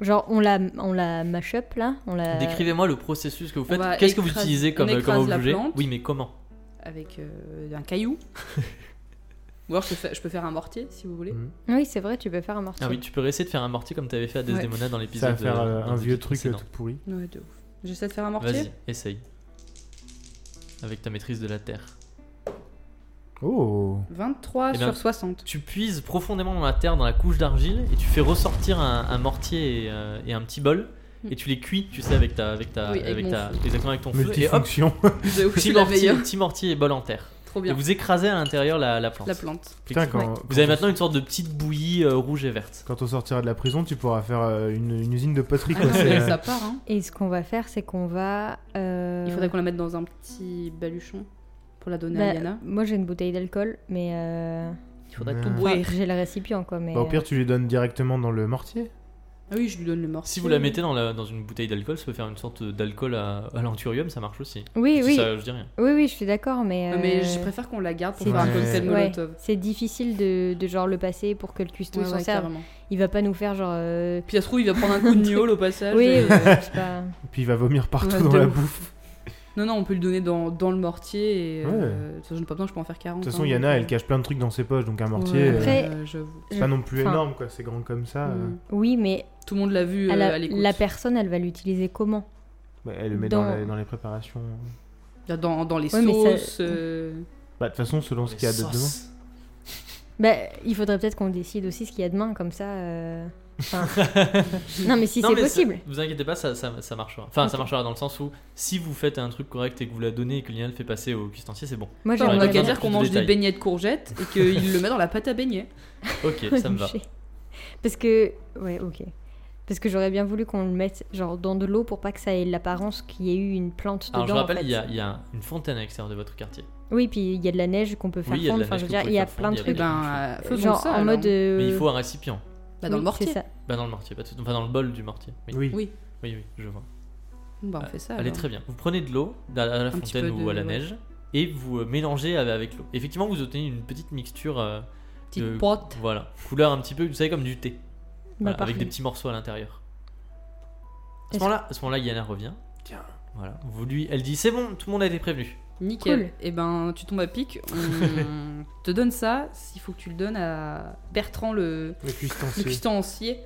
Genre, on la, on la mash up là on la... Décrivez-moi le processus que vous euh, on va faites. Qu'est-ce que vous écraser- utilisez comme, on euh, comme écrase la objet plante. Oui, mais comment Avec euh, un (laughs) caillou. Ou alors je peux, faire, je peux faire un mortier si vous voulez. Mhm. Oui, c'est vrai, tu peux faire un mortier. Ah oui, tu peux essayer de faire un mortier comme t'avais fait à Desdemona dans l'épisode. Ça va faire euh, dans un vieux l'épisode truc euh, précédent. tout pourri. Ouais, de ouf. J'essaie de faire un mortier. Vas-y, essaye. Avec ta maîtrise de la terre. Oh 23 Eh bien- sur (laughs) 60. Tu puises profondément dans la terre, dans la couche d'argile, et tu fais ressortir un, un mortier et, euh, et un petit bol, Mm. et tu les cuis, tu sais, avec ta, avec ta, Oui, avec mon ta, exactement avec ton feu. Et hop, Multifonction. De ouf, petit c'est la mortier, meilleure. petit mortier et bol en terre. Trop Et bien. vous écrasez à l'intérieur la, la plante. La plante. Putain, quand, Vous avez maintenant une sorte de petite bouillie euh, rouge et verte. quand on sortira de la prison, tu pourras faire euh, une, une usine de poterie. Ah quoi, non, c'est, mais euh, ça part, hein. Et ce qu'on va faire, c'est qu'on va. euh, Il faudrait qu'on la mette dans un petit baluchon pour la donner bah, à Yana. Moi, j'ai une bouteille d'alcool, mais. euh, Il faudrait Mais- tout enfin, boire. j'ai le récipient quoi. Mais bah, au pire, euh, tu les donnes directement dans le mortier. Ah oui, je lui donne le mortier. Si vous la mettez dans, la- dans une bouteille d'alcool, ça peut faire une sorte d'alcool à, à l'anthurium, ça marche aussi. euh, Oui, Si oui, ça, je dis rien. oui, oui, je suis d'accord, mais. Ah, mais je euh, préfère qu'on la garde pour c'est faire un difficile. cocktail le ouais, molotov. C'est difficile de, de genre le passer pour que le cuistot Ouais, s'en ouais, serve. carrément. Il va pas nous faire genre. euh, Puis ça se trouve, il va prendre un (laughs) coup de niol au passage. (laughs) Oui, euh, euh, je sais pas. Et puis il va vomir partout Ouais, dans de la ouf. bouffe. Non, non, on peut le donner dans, dans le mortier. Et, euh, de toute façon, j'en ai pas besoin, je peux en faire hein, 40. De toute façon, Yana, euh, elle cache plein de trucs dans ses poches, donc un mortier, Ouais, euh, Après, euh, j'avoue. c'est pas non plus enfin, énorme, quoi. C'est grand comme ça. euh. Mm. Oui, mais Tout le monde l'a vu euh, à la, à l'écoute. la personne, elle va l'utiliser comment Bah, elle le met dans, Dans- la- dans les préparations. Dans, dans les Ouais, mais ça- sauces. euh, Bah, de toute façon, selon ce qu'il y a Les dedans. sauces. Bah, il faudrait peut-être qu'on décide aussi ce qu'il y a demain, comme ça. euh, (laughs) enfin, non, mais si Non, c'est mais possible. ça- Vous inquiétez pas, ça, ça, ça marchera. Enfin, ça marchera dans le sens où si vous faites un truc correct et que vous la donnez et que Lionel le fait passer au cuistancier, c'est bon. Moi, on j'aimerais a j'aimerais qu'à bien bien dire plus qu'on de mange des détails. beignets de courgettes et qu'il le met dans la pâte à (laughs) beignets. Ok, ça me va. Touché. Parce que. Ouais, ok. Parce que j'aurais bien voulu qu'on le mette genre dans de l'eau pour pas que ça ait l'apparence qu'il y ait eu une plante dedans. Alors je en rappelle, fait. il y, a, il y a une fontaine à l'extérieur de votre quartier. Oui, puis il y a de la neige qu'on peut faire Oui, il y a de fondre. la Enfin, je neige veux qu'on dire, peut il y a faire plein de fondre, il y a Eh des ben, euh, trucs. faisons Genre ça. en alors. mode. euh, Mais il faut un récipient. Bah, dans oui, le c'est mortier. ça. Bah dans le mortier, pas tout. Enfin dans le bol du mortier. Oui, oui, Oui. Oui, oui, je vois. Bon, Bah, Euh, on fait Ah ça. Allez, alors. très bien. Vous prenez de l'eau à la, à la petit fontaine peu ou à de- la ouais. neige et vous euh, mélangez avec, avec l'eau. Effectivement, vous obtenez une petite mixture. euh, Petite de- pote. Voilà, couleur un petit peu, vous savez, comme du thé. Bah, Voilà, avec des parfait. petits morceaux à l'intérieur. À ce Est-ce- moment-là, à ce moment-là, Yana revient. Tiens. Voilà. Vous lui, elle dit c'est bon, tout le monde a été prévenu. Nickel. Cool. Et ben, tu tombes à pic. (laughs) On te donne ça. Il faut que tu le donnes à Bertrand, le, Le le cuistancier. cuistancier,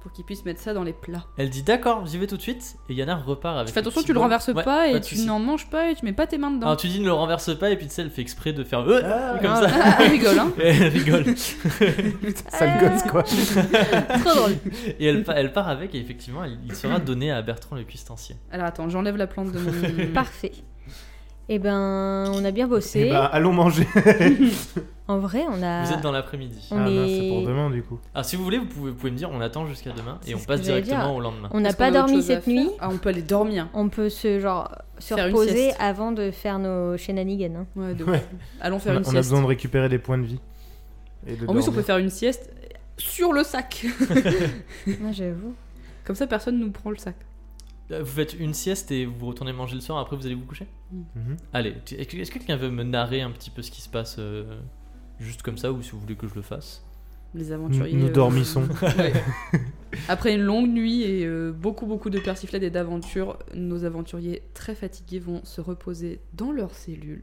pour qu'il puisse mettre ça dans les plats. Elle dit d'accord, j'y vais tout de suite. Et Yana repart avec. Fais le attention, petit tu le bol. renverses Ouais, pas et de tu souci. n'en manges pas et tu mets pas tes mains dedans. Alors tu dis ne le renverse pas et puis tu sais, elle fait exprès de faire euh, Ah, comme (laughs) Ah, ça. elle rigole, hein. Et (laughs) elle rigole. (laughs) Sale gosse, quoi. (laughs) Trop drôle. et elle, pa- elle part avec et effectivement, elle- il sera donné à Bertrand le cuistancier. Alors attends, j'enlève la plante (laughs) de mon. Parfait. Et ben, on a bien bossé. Et bah, allons manger. En vrai, on a. Vous êtes dans l'après-midi. On ah, mince, est- c'est pour demain, du coup. Ah, si vous voulez, vous pouvez, vous pouvez me dire on attend jusqu'à demain et C'est on ce passe que j'allais directement dire. au lendemain. On n'a Est-ce pas qu'on a autre dormi chose à cette faire nuit. Ah, on peut aller dormir. On peut se genre se Faire une reposer sieste. avant de faire nos (laughs) shenanigans. hein. Ouais, de ouf. Ouais. Allons On faire a, une on a sieste. besoin de récupérer des points de vie. Et de En plus, on dormir. peut faire une sieste sur le sac. (laughs) Ah, J'avoue. Comme ça, personne nous prend le sac. Euh, Vous faites une sieste et vous retournez manger le soir. Après, vous allez vous coucher. Mm. Mhm. Allez, tu- est-ce que est-ce que quelqu'un veut me narrer un petit peu ce qui se passe euh, juste comme ça ou si vous voulez que je le fasse Les Nous, aventuriers. nous euh, dormissons. Ouais. (laughs) Après une longue nuit et euh, beaucoup beaucoup de persiflades et d'aventures, nos aventuriers très fatigués vont se reposer dans leurs cellules.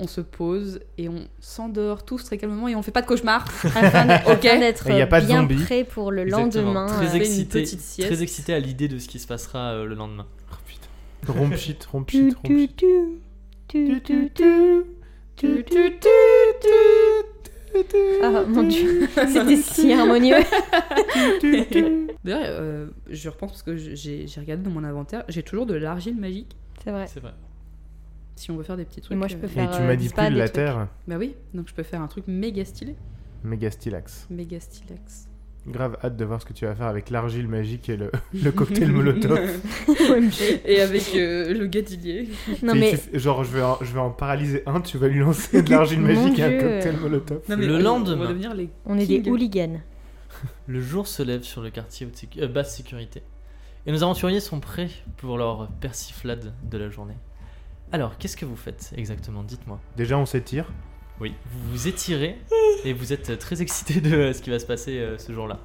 On se pose et on s'endort tous très calmement et on fait pas de (laughs) cauchemar. Afin d'être- Ok. afin d'être euh, Et y a pas de bien zombies. prêt pour le Exactement. lendemain. Très euh, fait une excité, petite sieste. très excité à l'idée de ce qui se passera euh, le lendemain. Oh, putain. Romp shit, romp tu, shit, romp tu, shit. tu, tu, tu, tu. Tu, tu, tu, tu, tu, Ah mon dieu, c'était (laughs) si harmonieux. tu, (laughs) tu. D'ailleurs, euh, je repense parce que j'ai j'ai regardé dans mon inventaire, j'ai toujours de l'argile magique C'est vrai. C'est vrai. si on veut faire des petits trucs. Et moi je peux euh, Et faire. tu euh, des spas, manipules des la trucs. terre. Bah oui, donc je peux faire un truc méga stylé, Méga stylax. méga stylax. Grave hâte de voir ce que tu vas faire avec l'argile magique et le, (laughs) le (laughs) cocktail molotov. OMG. et avec euh, le gadilier. Non Et mais tu fais- genre, je vais, en, je vais en paralyser un, tu vas lui lancer de l'argile Mon magique et un Dieu. cocktail molotov. Non, Le on- On lendemain. va devenir les on est des King. hooligans. Le jour se lève sur le quartier haute sécu- euh, basse sécurité et nos aventuriers sont prêts pour leur persiflade de la journée. Alors, qu'est-ce que vous faites exactement Dites-moi. Déjà, on s'étire. Oui, vous vous étirez et vous êtes euh, très excité de euh, ce qui va se passer euh, ce jour-là.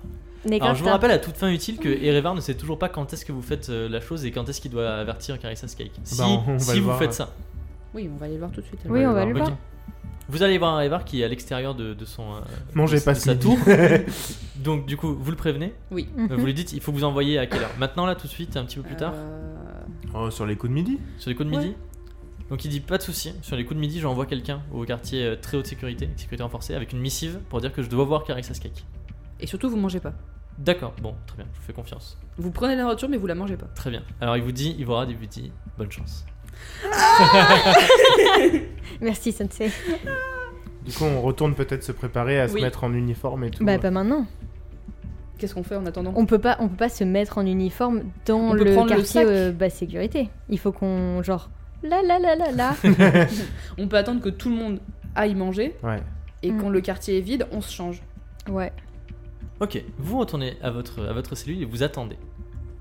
Alors, je vous rappelle à toute fin utile que Erevar ne sait toujours pas quand est-ce que vous faites euh, la chose et quand est-ce qu'il doit avertir Carissa Skyke. Si, Bah, on- on va si le vous voir, faites ouais. ça. Oui, on va aller le voir tout de suite. alors. Oui, on va le le voir. voir. Vous allez voir Erevar qui est à l'extérieur de, de son. euh, Mangez de pas sa ce tour. (laughs) tour. Donc, du coup, vous le prévenez. Oui. euh, Vous lui dites il faut vous envoyer à quelle heure Maintenant, là, tout de suite, un petit peu plus tard Euh, oh, sur les coups de midi Sur les coups de midi Donc il dit pas de souci. Sur les coups de midi, j'envoie quelqu'un au quartier euh, très haute sécurité, sécurité renforcée, avec une missive pour dire que je dois voir Carissa Skek. Et surtout, vous mangez pas. D'accord, bon, très bien, je vous fais confiance. Vous prenez la nourriture, mais vous la mangez pas. Très bien. Alors il vous dit, il vous regarde et vous dit bonne chance. Merci, Sensei. Du coup, on retourne peut-être se préparer à se Oui. mettre en uniforme et tout. hein. Bah, pas maintenant. Qu'est-ce qu'on fait en attendant On peut pas, on peut pas se mettre en uniforme dans On peut le prendre le quartier sac. euh, basse sécurité. Il faut qu'on genre là là là (laughs) là là. On peut attendre que tout le monde aille manger (laughs) Ouais. et Mm. quand le quartier est vide, on se change. ouais. Ok, vous retournez à votre, à votre cellule et vous attendez.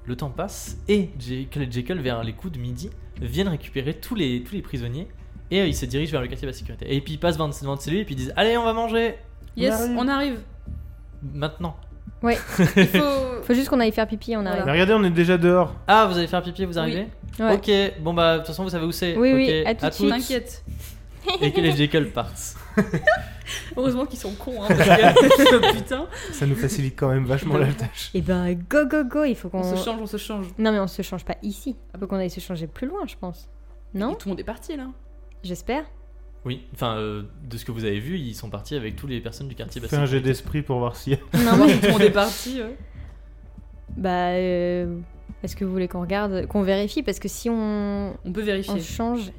Le temps passe et Jekyll et Jekyll, vers les coups de midi, viennent récupérer tous les, tous les prisonniers et euh, ils se dirigent vers le quartier de la sécurité. Et puis ils passent devant devant votre cellule et puis ils disent allez, on va manger Yes, arrive. (laughs) on arrive. Maintenant. Il faut. Faut juste qu'on aille faire pipi, on Mais arrive. regardez, on est déjà dehors. Ah, vous allez faire pipi, vous arrivez Ouais. Ok, bon bah de toute façon vous savez où c'est. Oui, Ok, oui, à tout de suite. toutes. T'inquiète. Et que (laughs) les Jekyll partent. Heureusement qu'ils sont (laughs) cons, hein, parce que- Oh, Putain. Ça nous facilite quand même vachement la tâche. Et ben go go go, il faut qu'on. On se change, on se change. Non mais on se change pas ici. Faut qu'on aille se changer plus loin, je pense. Non Et tout le monde est parti là. J'espère. Oui, enfin, euh, de ce que vous avez vu, ils sont partis avec toutes les personnes du quartier Fais bassin. un jet d'esprit pour voir si. Non Tout mais le monde est parti. ouais. bah euh, est-ce que vous voulez qu'on regarde, qu'on vérifie parce que si on On peut on vérifier. se change,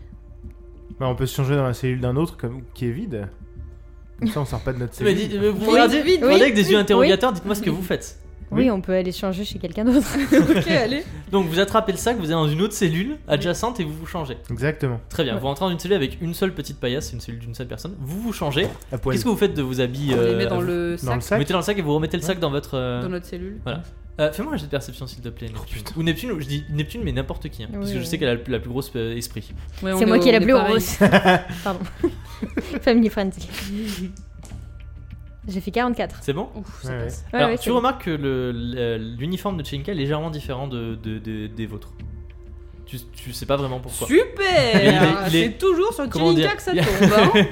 Bah, on peut se changer dans la cellule d'un autre comme... qui est vide. Comme ça, on sort pas de notre (laughs) Mais cellule. dites- euh, vous Oui, regardez, oui, regardez oui, avec des oui, yeux interrogateurs, dites-moi ce que vous faites. Oui. oui, on peut aller se changer chez quelqu'un d'autre. (laughs) ok, allez. Donc vous attrapez le sac, vous allez dans une autre cellule adjacente et vous vous changez. Exactement. Très bien, Ouais. vous rentrez dans une cellule avec une seule petite paillasse, une cellule d'une seule personne, vous vous changez. À poil. Qu'est-ce que vous faites de vos habits On les euh, met à dans vous le sac, Dans le Vous sac mettez dans le sac et vous remettez le sac dans votre. euh, dans notre cellule. euh, Fais-moi un jet de perception s'il te plaît, Neptune. putain. ou Neptune, ou je dis Neptune, mais n'importe qui. hein, parce Oui, que je oui. sais qu'elle a la, la plus grosse euh, esprit. Ouais, on C'est moi au- qui ai la on est plus pareil. grosse. (laughs) Pardon. Family friendly. J'ai fait 44. C'est bon (laughs) Ouf, ça Ouais, ouais. passe. Ouais, Alors, ouais, tu c'est- remarques que le- le- l'uniforme de Chinka est légèrement différent de, de- de- des vôtres. Tu, tu sais pas vraiment pourquoi. Super Il est- il est- C'est toujours sur comment Jilinka dire que ça tombe. hein.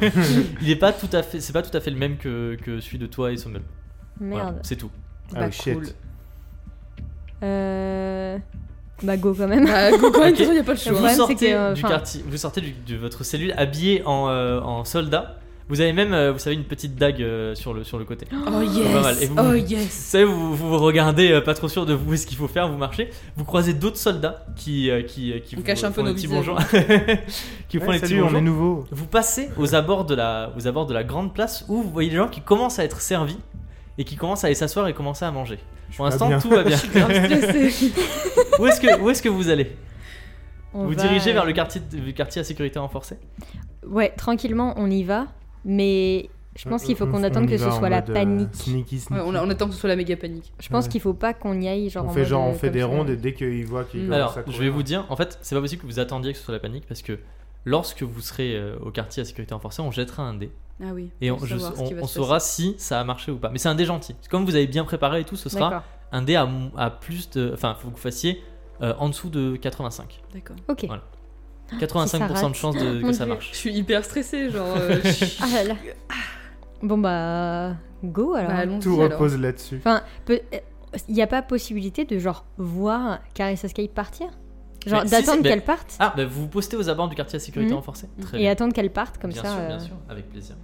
Il est pas tout à fait, c'est pas tout à fait le même que, que celui de toi et Sommel. Voilà, Merde. c'est tout. Ah Bah, oui, shit. cool. Euh... Bah go quand même. Bah, go quand même, Ok. de toute façon, y a pas le Le Vous choix. problème, c'est sortez que, euh, du enfin- quartier, vous sortez du- de votre cellule habillé en, euh, en soldat. Vous avez même, euh, vous savez, une petite dague euh, sur le sur le côté. Oh Pas mal. Et yes vous- Oh Vous yes savez, vous vous vous regardez euh, pas trop sûr de vous et ce qu'il faut faire, vous marchez, vous croisez d'autres soldats qui euh, qui euh, qui On cache un peu font nos les petits visages. bonjours, (laughs) qui vous font Ouais, les petits salut, on bonjours. est nouveau. Vous passez aux abords de la, aux abords de la grande place où vous voyez les gens qui commencent à être servis et qui commencent à aller s'asseoir et commencer à manger. Pour pas l'instant, bien. tout va (laughs) bien. Stressé. où est-ce que, où est-ce que vous allez (laughs) On Vous va- dirigez vers le quartier, de- le quartier à sécurité renforcée. Ouais, tranquillement, on y va. Mais je pense qu'il faut On- qu'on on- attende on y que ce va en soit la mode, euh, panique. Sneaky, Ouais, sneaky. on, on attend que ce soit la méga panique. Je pense Ouais. qu'il faut pas qu'on y aille genre. on en fait mode, genre, on euh, fait comme des ça. rondes et dès qu'ils voient qu'ils Mm. commencent Alors, à je courir, vais vous dire, en fait, c'est pas possible que vous attendiez que ce soit la panique parce que lorsque vous serez euh, au quartier à sécurité renforcée, on jettera un dé Ah oui. et on, Faut je- savoir ce on- qui va on se saura si ça a marché ou pas. Mais c'est un dé gentil. Comme vous avez bien préparé et tout, ce sera D'accord. un dé à, mo- à plus de, enfin, faut que vous fassiez euh, en dessous de 85. passer. D'accord. Ok. Voilà. 85% de Ah, rate. chance (laughs) de, que Mon ça Dieu. marche. Je suis hyper stressée, genre. euh, Ah là là. Bon bah go alors. bah, allons-y Tout alors. repose là-dessus. Peut- euh, Il n'y a pas possibilité de genre voir Carissa Sky partir Genre Mais Bah, si, d'attendre si, mais- qu'elle parte Ah, bah, vous vous postez aux abords du quartier à sécurité Mhm. renforcée. Très et bien. attendre qu'elle parte comme bien ça. sûr, euh, Ah, bien sûr, avec plaisir.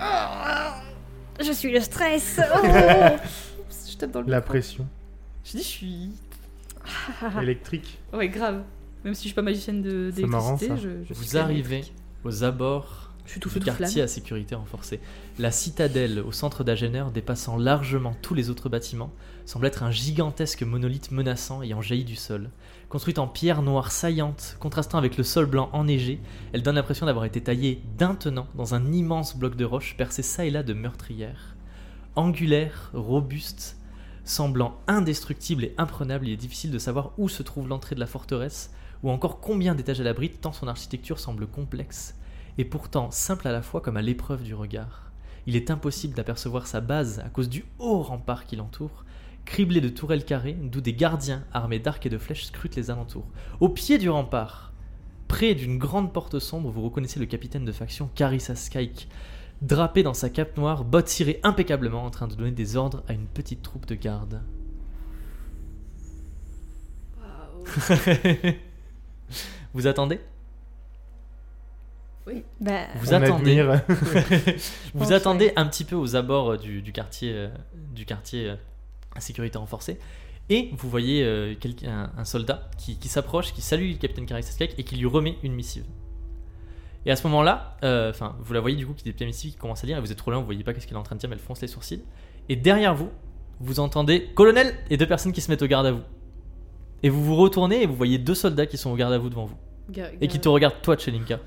Je suis le (laughs) stress. Oups, Je tape dans le La micro. pression Je dis, je suis. Ah. électrique. Ouais, grave. Même si je suis pas magicienne de- C'est marrant, d'électricité, ça. je, je suis Vous quand même arrivez électrique. aux abords Je suis tout feu du tout flamme. quartier à sécurité renforcée. La citadelle au centre d'Agener, dépassant largement tous les autres bâtiments, semble être un gigantesque monolithe menaçant ayant jailli du sol. Construite en pierre noire saillante, contrastant avec le sol blanc enneigé, elle donne l'impression d'avoir été taillée d'un tenant dans un immense bloc de roche percé ça et là de meurtrières. Angulaire, robuste, Semblant indestructible et imprenable, il est difficile de savoir où se trouve l'entrée de la forteresse, ou encore combien d'étages elle abrite, tant son architecture semble complexe, et pourtant simple à la fois comme à l'épreuve du regard. Il est impossible d'apercevoir sa base à cause du haut rempart qui l'entoure, criblé de tourelles carrées, d'où des gardiens armés d'arcs et de flèches scrutent les alentours. Au pied du rempart, près d'une grande porte sombre, vous reconnaissez le capitaine de faction Carissa Skyke, drapé dans sa cape noire, bottes tirées impeccablement, en train de donner des ordres à une petite troupe de gardes. vous attendez Bah, Vous On attendez (laughs) admire. Vous pense, attendez un petit peu aux abords euh, du, du quartier, euh, du quartier euh, à sécurité renforcée, et vous voyez euh, quelqu'un- un, soldat qui, qui s'approche, qui salue le capitaine Karaksasek et qui lui remet une missive. Et à ce moment-là, euh, enfin, vous la voyez du coup qui déplie la missive, qui commence à lire, et vous êtes trop loin, vous voyez pas qu'est-ce qu'elle est en train de dire, mais elle fronce les sourcils. Et derrière vous, vous entendez colonel et deux personnes qui se mettent au garde à vous. Et vous vous retournez et vous voyez deux soldats qui sont au garde à vous devant vous et qui te regardent toi, Chelinka.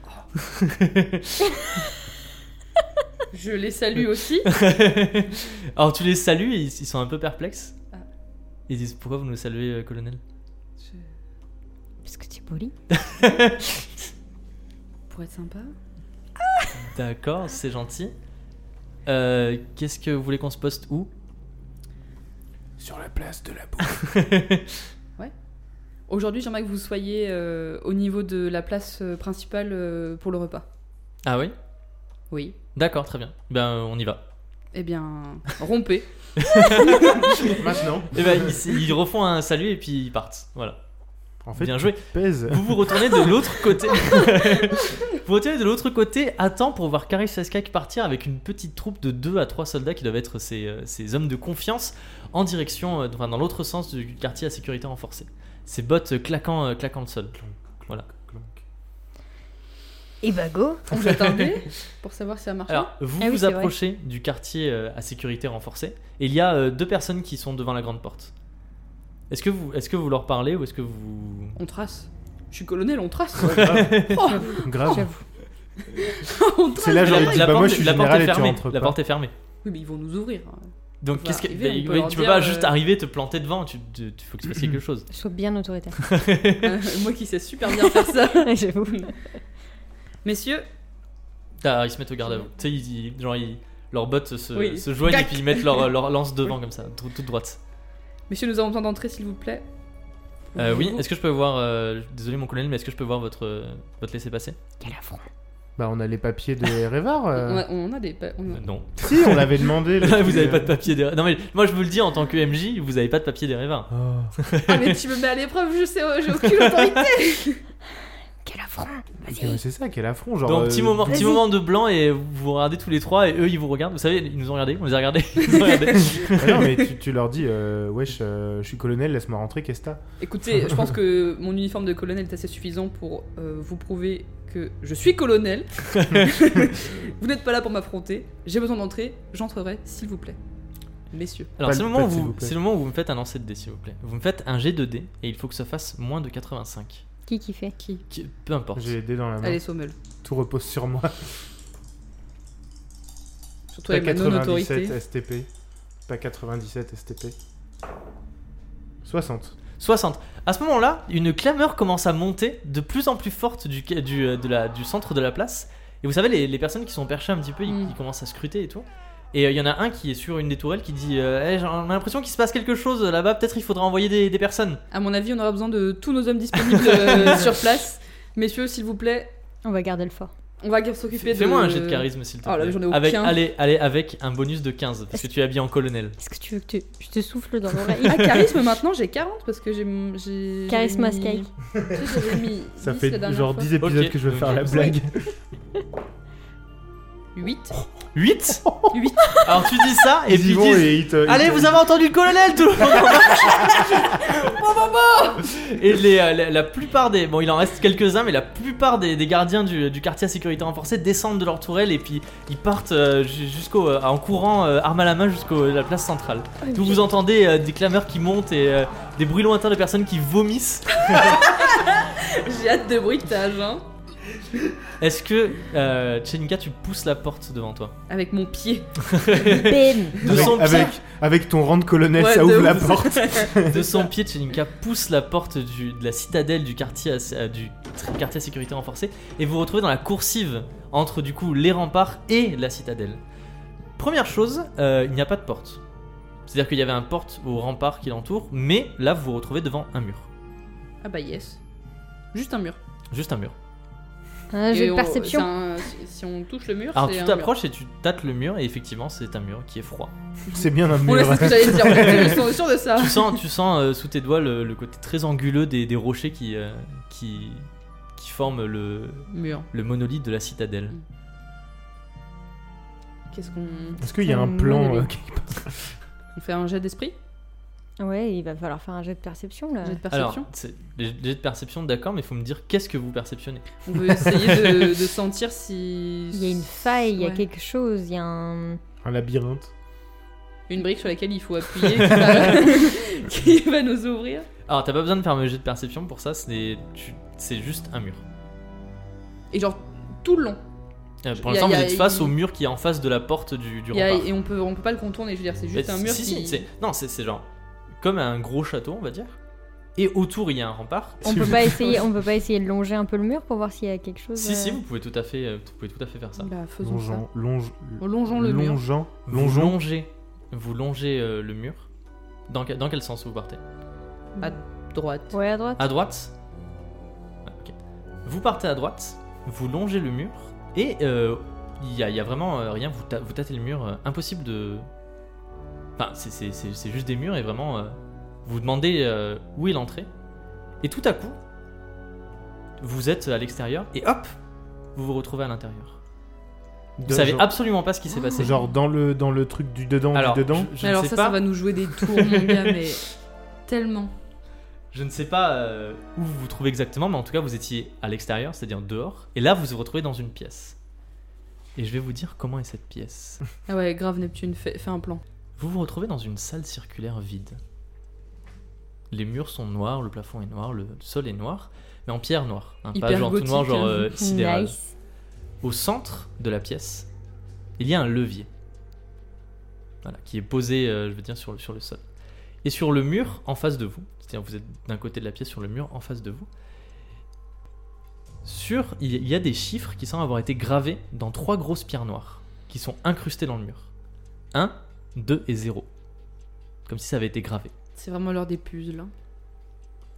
Je les salue aussi. (laughs) Alors tu les salues et ils, ils sont un peu perplexes. Ah. Ils disent pourquoi vous nous saluez, euh, colonel Je- parce que c'est poli. Pour être sympa. D'accord, c'est gentil. Euh, Qu'est-ce que vous voulez qu'on se poste où Sur la place de la bouffe. Aujourd'hui, j'aimerais que vous soyez euh, au niveau de la place euh, principale euh, pour le repas. Ah oui Oui. D'accord, très bien. Ben euh, on y va. Eh bien, (laughs) rompez. (laughs) Maintenant. Et ben ils, ils refont un salut et puis ils partent. Voilà. En fait, bien joué. tu (laughs) pèses. Vous vous retournez de l'autre côté. (laughs) vous retournez de l'autre côté à temps pour voir Karis Saskak partir avec une petite troupe de 2 à 3 soldats qui doivent être ses, euh, ses hommes de confiance en direction, euh, enfin, dans l'autre sens du quartier à sécurité renforcée. Ses bottes euh, claquant, euh, claquant le sol. Voilà. Clonk. Eh Et bah go Vous attendez pour savoir si ça marche. Alors, vous Ah oui, vous c'est vrai. approchez du quartier euh, à sécurité renforcée et il y a euh, deux personnes qui sont devant la grande porte. Est-ce que, vous, est que vous leur parlez ou est-ce que vous. On trace. Je suis colonel, on (laughs) trace. Ouais, grave. Oh, Grave. J'avoue. on trace. C'est là, j'aurais la, dit, la bah porte, moi je suis la porte général est et tu fermée. rentres La pas. porte est fermée. Oui, mais ils vont nous ouvrir. hein. Donc Faut qu'est-ce que oui, arriver, on peut leur tu peux dire, pas euh, juste arriver te planter devant, tu, tu- tu- faut que tu fasses quelque (clears throat) chose. Sois bien (laughs) autoritaire. Euh, Moi qui sais super bien faire (laughs) ça. J'avoue. Messieurs, Ah, ils se mettent au garde à vous. Tu sais ils, ils- genre ils- leurs bottes se, Oui. se joignent et Gac. puis ils mettent (laughs) leur, leur lance devant comme ça, tout- toute droite. messieurs, nous avons besoin d'entrer, s'il vous plaît. Euh, oui, est-ce que je peux voir euh, désolé mon colonel mais est-ce que je peux voir votre euh, votre laisser passer Quel affront. Bah, on a les papiers de Révar. on euh. a, on a des. pa- on (laughs) a- (laughs) Non. Si, on l'avait demandé. (laughs) le vous truc, avez pas euh. de papier derrière. Non mais moi je vous le dis en tant que MJ, vous avez pas de papier derrière. Oh. Ah, mais tu me mets à l'épreuve, je sais, euh, j'ai aucune autorité. Quel affront Ok, ouais, c'est ça, quel affront. Genre, Donc petit euh, (laughs) moment, d'où- petit Vas-y. moment de blanc et vous vous regardez tous les trois et eux ils vous regardent. Vous savez, ils nous ont regardés, on les a regardés. (laughs) Ils nous ont regardés. Ah non, mais (laughs) tu, tu leur dis, euh, wesh, euh, je suis colonel, laisse-moi rentrer, qu'est-ce que t'as Écoutez, je pense que mon uniforme de colonel est assez suffisant pour euh, vous prouver que je suis (laughs) colonel. vous n'êtes pas là pour m'affronter. J'ai besoin d'entrer, j'entrerai, s'il vous plaît. Messieurs. Alors Pas c'est le le- moment où pas, s'il vous, vous plaît. c'est le moment où vous me faites un lancer de dés s'il vous plaît. Vous me faites un G de dés et il faut que ça fasse moins de 85. Qui qui fait Qui Qui- peu importe. J'ai les dés dans la main. Allez, Sommel. Tout repose sur moi. Surtout Pas avec ma 97 non-autorité. STP. Pas 97 STP. 60. 60. À ce moment-là, une clameur commence à monter de plus en plus forte du, du, euh, de la- du centre de la place. Et vous savez, les, les personnes qui sont perchées un petit peu, ils, Mm. ils commencent à scruter et tout. Et euh, il y en a un qui est sur une des tourelles qui dit euh, Eh, J'ai l'impression qu'il se passe quelque chose là-bas, peut-être il faudra envoyer des, des personnes. À mon avis, on aura besoin de tous nos hommes disponibles (laughs) euh, sur place. Messieurs, s'il vous plaît, On va garder le fort. on va s'occuper de. Fais-moi un jet de charisme s'il te Oh plaît. là, j'en ai aucun. Avec, allez, allez, avec un bonus de 15, parce que tu es habillé en colonel. Est-ce que tu veux que tu- je te souffle dans (laughs) l'oreille Ah, charisme maintenant, j'ai 40 parce que j'ai. mon- j'ai- Charisme à j'ai Skype. mis- tu sais, j'avais mis Ça 10 la fait dernière genre fois. 10 épisodes Ok, que je veux ok. faire la blague. 8. (laughs) 8 8. Alors tu dis ça, et Ils puis y ils vont disent et ils te. Allez, ils te- vous avez entendu le colonel, tout le monde (laughs) Et les, euh, la, la plupart des... Bon, il en reste quelques-uns, mais la plupart des, des gardiens du, du quartier à sécurité renforcée descendent de leur tourelle et puis ils partent euh, ju- jusqu'au, euh, en courant, euh, arme à la main, jusqu'à la place centrale. D'où vous entendez euh, des clameurs qui montent et euh, des bruits lointains de personnes qui vomissent. J'ai hâte de bruitage, hein. Est-ce que, euh, Tchelinka, tu pousses la porte devant toi Avec mon pied. Bim De son, Avec, pied, avec, avec ton rang de colonel, Ouais, ça de ouvre la ouf. porte. de son pied, Tchelinka pousse la porte du- de la citadelle du quartier, à, euh, du tr- quartier à sécurité renforcée et vous vous retrouvez dans la coursive entre du coup les remparts et la citadelle. Première chose, euh, il n'y a pas de porte. C'est-à-dire qu'il y avait un porte au rempart qui l'entoure, mais là vous vous retrouvez devant un mur. (laughs) Ah bah yes. Juste un mur. Juste un mur. Un Euh, jeu Et de on- perception. c'est un- si- si on touche le mur, Alors c'est tu un t'approches et tu tâtes le mur et effectivement c'est un mur qui est froid. C'est bien un mur. mur. On laisse ce que j'allais dire. (laughs) Ils sont sûrs de ça. Tu sens, tu sens euh, sous tes doigts le, le côté très anguleux des, des rochers qui, euh, qui, qui forment le, Mur. le monolithe de la citadelle. Qu'est-ce qu'on. Est-ce qu'il y a un Hum, plan monolithe. euh, quelque part On fait un jet d'esprit Ouais, il va falloir faire un jeu de perception là. Jet de Alors, perception c'est- les les jets de perception, d'accord, mais il faut me dire qu'est-ce que vous perceptionnez. On veut essayer de, de sentir si. Il y a une faille, il y a Ouais. quelque chose, il y a un. Un labyrinthe. Une brique sur laquelle il faut appuyer qui va- (laughs) qui va nous ouvrir. Alors, t'as pas besoin de faire un jet de perception pour ça, c'est tu- c'est juste un mur. Et genre tout le long. Euh, pour Y a- l'instant, vous y a- êtes face y- au mur qui est en face de la porte du, du Il y a- rempart. et on peut, on peut pas le contourner, je veux dire, c'est juste Mais un mur si, qui. si, c'est- non, c'est c'est genre comme un gros château, on va dire. Et autour, il y a un rempart. On Si peut (laughs) vous- pas essayer, on peut pas essayer de longer un peu le mur pour voir s'il y a quelque chose. Si, euh, si, vous pouvez tout à fait, euh, vous pouvez tout à fait faire ça. Bah, faisons ça. Longeant. Longe... En longeant le mur. Longeant. Vous Longeant. longez, vous longez euh, le mur. Dans, que- dans quel sens vous partez Droite. Ouais, à droite. À droite Ah, ok. Vous partez à droite, vous longez le mur, et euh, il y, a- il y a vraiment euh, rien, vous, ta- vous tâtez le mur, euh, impossible de... Enfin, c'est- c'est c'est- c'est juste des murs, et vraiment, euh, vous demandez euh, où est l'entrée, et tout à coup, vous êtes à l'extérieur, et hop, vous vous retrouvez à l'intérieur. Vous De- savez genre- Oh, absolument pas ce qui s'est passé. Genre dans le, dans le truc du dedans, Alors, du dedans. je, je ne Alors sais ça, pas, ça va nous jouer des tours, mon (laughs) gars, mais tellement. Je ne sais pas euh, où vous vous trouvez exactement, mais en tout cas, vous étiez à l'extérieur, c'est-à-dire dehors, et là, vous vous retrouvez dans une pièce. Et je vais vous dire comment est cette pièce. Ah ouais, grave Neptune, fais, fais un plan. Vous vous retrouvez dans une salle circulaire vide. Les murs sont noirs, le plafond est noir, le sol est noir, mais en pierre noire. hein, pas Hyper genre tout noir, gothique, genre euh, hein. sidéral. Nice. Au centre de la pièce, il y a un levier. Voilà, qui est posé, euh, je veux dire, sur le, sur le sol. Et sur le mur, en face de vous, c'est-à-dire vous êtes d'un côté de la pièce, sur le mur, en face de vous, sur, il y a- il y a des chiffres qui semblent avoir été gravés dans trois grosses pierres noires, qui sont incrustées dans le mur. 1, 2 et 0. Comme si ça avait été gravé. C'est vraiment l'heure des puzzles. hein.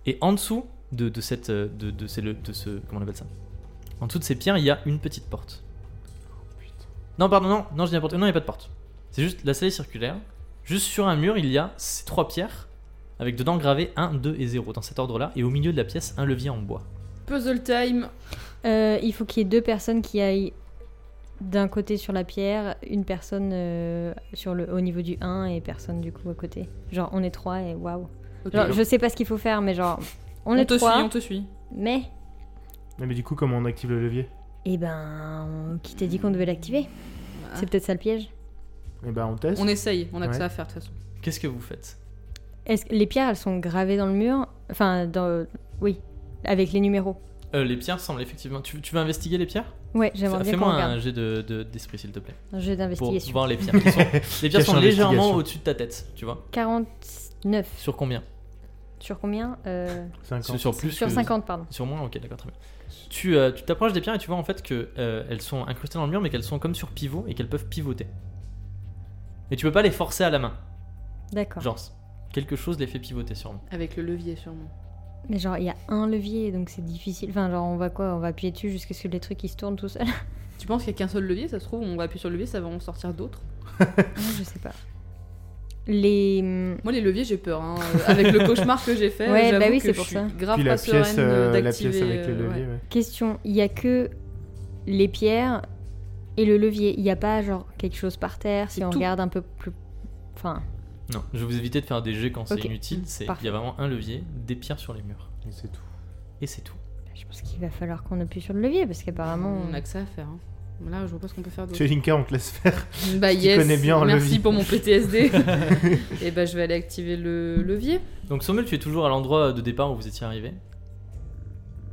Et en dessous de, de cette. euh, De, de, ces- le- de ce. Comment on appelle ça En dessous de ces pierres, il y a une petite porte. Non, pardon, non, non, je dis n'importe quoi. Non, il n'y a pas de porte. C'est juste la salle est circulaire. Juste sur un mur, il y a ces trois pierres, avec dedans gravé 1, 2 et 0, dans cet ordre-là. Et au milieu de la pièce, un levier en bois. Puzzle time. Euh, il faut qu'il y ait deux personnes qui aillent d'un côté sur la pierre, une personne euh, sur le, au niveau du 1 et personne du coup à côté. Genre on est trois et waouh. Ok. Genre je sais pas ce qu'il faut faire mais genre on, on, est te trois suit, on te suit. mais Non, mais du coup, comment on active le levier eh ben qui t'a dit qu'on devait l'activer Ah. C'est peut-être ça le piège. Eh ben, on teste. On essaye, on a que Ouais. ça à faire de toute façon. Qu'est-ce que vous faites Est-ce que les pierres elles sont gravées dans le mur Enfin dans oui avec les numéros. Euh, Les pierres semblent effectivement. Tu, tu veux investiguer les pierres Ouais Fais- j'aimerais bien qu'on Fais-moi un regarde. jet d'esprit, de, d'esprit, s'il te plaît. Un jeu Pour d'investigation. voir les pierres. (laughs) Elles sont- les pierres Cache sont légèrement investigation. au-dessus de ta tête, tu vois. 49 Sur combien sur combien Euh, sur, 50. sur plus Sur que- 50 pardon. Sur moi, ok, d'accord, très bien. Tu euh, tu t'approches des pierres et tu vois en fait que euh, elles sont incrustées dans le mur, mais qu'elles sont comme sur pivot et qu'elles peuvent pivoter. Mais tu peux pas les forcer à la main. D'accord. Genre, quelque chose les fait pivoter sûrement. Avec le levier sûrement. Mais genre, il y a un levier, donc c'est difficile. Enfin, genre, on va quoi On va appuyer dessus jusqu'à ce que les trucs ils se tournent tout seuls Tu penses qu'il y a qu'un seul levier Ça se trouve, on va appuyer sur le levier, ça va en sortir d'autres. Je sais pas. Les. hum, Moi, les leviers, j'ai peur. (laughs) hein. Euh, Avec le cauchemar que j'ai fait, Ouais, j'avoue bah oui, que c'est je pour suis ça. grave Puis pas la pièce, sereine euh, euh, la pièce d'activer, avec le euh, ouais. levier, ouais. Question il y a que les pierres et le levier. Il n'y a pas, genre, quelque chose par terre si C'est on tout. regarde un peu plus. Enfin, Non, je vais vous éviter de faire des jets quand c'est Ok, inutile. mm, C'est il y parfait. a vraiment un levier, des pierres sur les murs, Et c'est tout. et c'est tout. je pense qu'il va falloir qu'on appuie sur le levier parce qu'apparemment. On a que ça à faire. hein. Là, je vois pas ce qu'on peut faire d'autre. Chelinka, on te laisse faire. Bah yes, connais bien le merci levier. pour mon (laughs) PTSD. Et bah je vais aller activer le levier. Donc Sommel, tu es toujours à l'endroit de départ où vous étiez arrivé.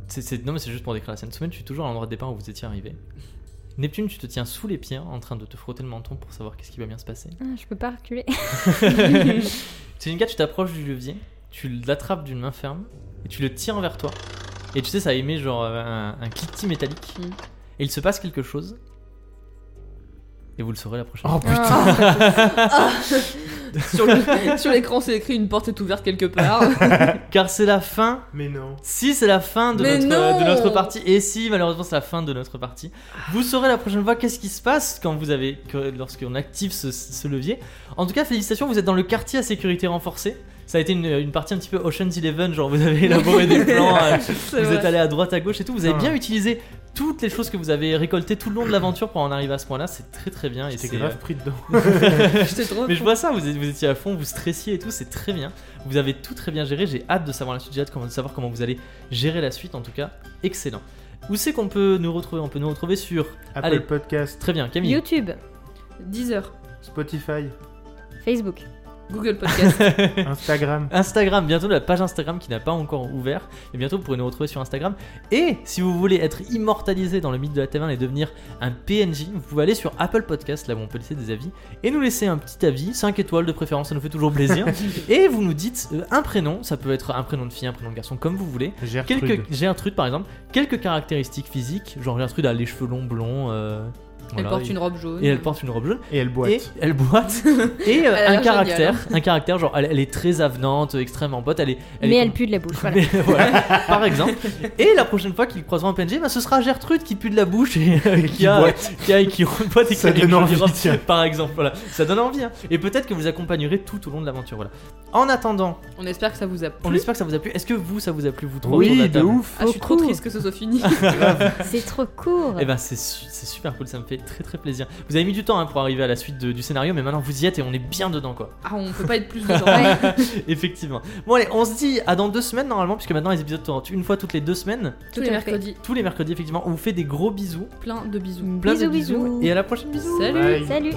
c'est- c'est- non, mais c'est juste pour décrire la scène. Semaine, tu es toujours à l'endroit de départ où vous étiez arrivé. Neptune, tu te tiens sous les pieds en train de te frotter le menton pour savoir qu'est-ce qui va bien se passer. Ah, je peux pas reculer. Tselinka, tu t'approches du levier, tu l'attrapes d'une main ferme et tu le tires vers toi. Et tu sais, ça émet genre euh, un, un cliquetis métallique. Mm. Et il se passe quelque chose. Et vous le saurez la (laughs) prochaine Oh fois. putain, (laughs) sur le- sur l'écran, c'est écrit une porte est ouverte (laughs) quelque part. Car c'est la fin mais non. Si c'est la fin de Mais notre, euh, non de notre partie, et si malheureusement c'est la fin de notre partie, vous saurez la prochaine fois qu'est-ce qui se passe quand vous avez, que- lorsqu'on active ce, ce levier. En tout cas, félicitations, vous êtes dans le quartier à sécurité renforcée. Ça a été une, une partie un petit peu Ocean's Eleven, genre vous avez élaboré (laughs) des plans, euh, C'est vous vrai. êtes allé à droite, à gauche et tout. Vous avez Ah. bien utilisé toutes les choses que vous avez récoltées tout le long de l'aventure pour en arriver à ce point-là. C'est très très bien. Et J'étais c'est, euh, grave pris (laughs) dedans. J'étais trop. mais je vois ça, vous, êtes- vous étiez à fond, vous stressiez et tout, c'est très bien. Vous avez tout très bien géré, j'ai hâte de savoir la suite, j'ai hâte comment- de savoir comment vous allez gérer la suite, en tout cas, excellent. Où c'est qu'on peut nous retrouver On peut nous retrouver sur... Apple Allez. Podcast, Très bien, Camille. (laughs) YouTube, Deezer, (laughs) Spotify, Facebook. Google Podcast. Instagram. Instagram, bientôt la page Instagram qui n'a pas encore ouvert. Et bientôt vous pourrez nous retrouver sur Instagram. Et si vous voulez être immortalisé dans le mythe de la taverne et devenir un PNJ, vous pouvez aller sur Apple Podcast, là où on peut laisser des avis, et nous laisser un petit avis, 5 étoiles de préférence, ça nous fait toujours plaisir. et vous nous dites euh, un prénom, ça peut être un prénom de fille, un prénom de garçon, comme vous voulez. Gertrude. Quelques, j'ai un truc par exemple, quelques caractéristiques physiques, genre j'ai un truc a les cheveux longs, blonds. euh, Elle voilà, porte et- une robe jaune. et elle porte une robe jaune Et elle boite. et elle boite (laughs) et euh, Elle a l'air un géniale, caractère un caractère genre elle, elle est très avenante extrêmement pote elle est mais est elle comme- pue (laughs) de la bouche. (laughs) Voilà. Mais, voilà, par exemple et la prochaine fois qu'ils croiseront un PNJ bah, ce sera Gertrude qui pue de la bouche et euh, qui, qui a boite. qui a- qui roule boite et Ça qui a donne une jolie envie, robe, tiens. par exemple voilà ça donne envie hein. et peut-être que vous accompagnerez tout au long de l'aventure voilà en attendant On espère que ça vous a plu. on espère que ça vous a plu est-ce que vous ça vous a plu vous trois autour la Oui, de table ouf. Ah, je suis trop Beaucoup. triste que ce (laughs) soit fini. C'est trop court. Eh Et ben c'est su- c'est super cool, ça me fait très très plaisir. Vous avez mis du temps hein, pour arriver à la suite de- du scénario, mais maintenant vous y êtes et on est bien dedans quoi. Ah, on peut pas être plus dedans. Ouais. Effectivement. Bon allez, on se dit à dans deux semaines normalement, puisque maintenant les épisodes tournent une fois toutes les deux semaines, Tous les Tout à fait. mercredis, tous les mercredis effectivement. On vous fait des gros bisous, plein de bisous. plein Bisous, de bisous, bisous. et à la prochaine bisous. (laughs) Salut Bye. Salut.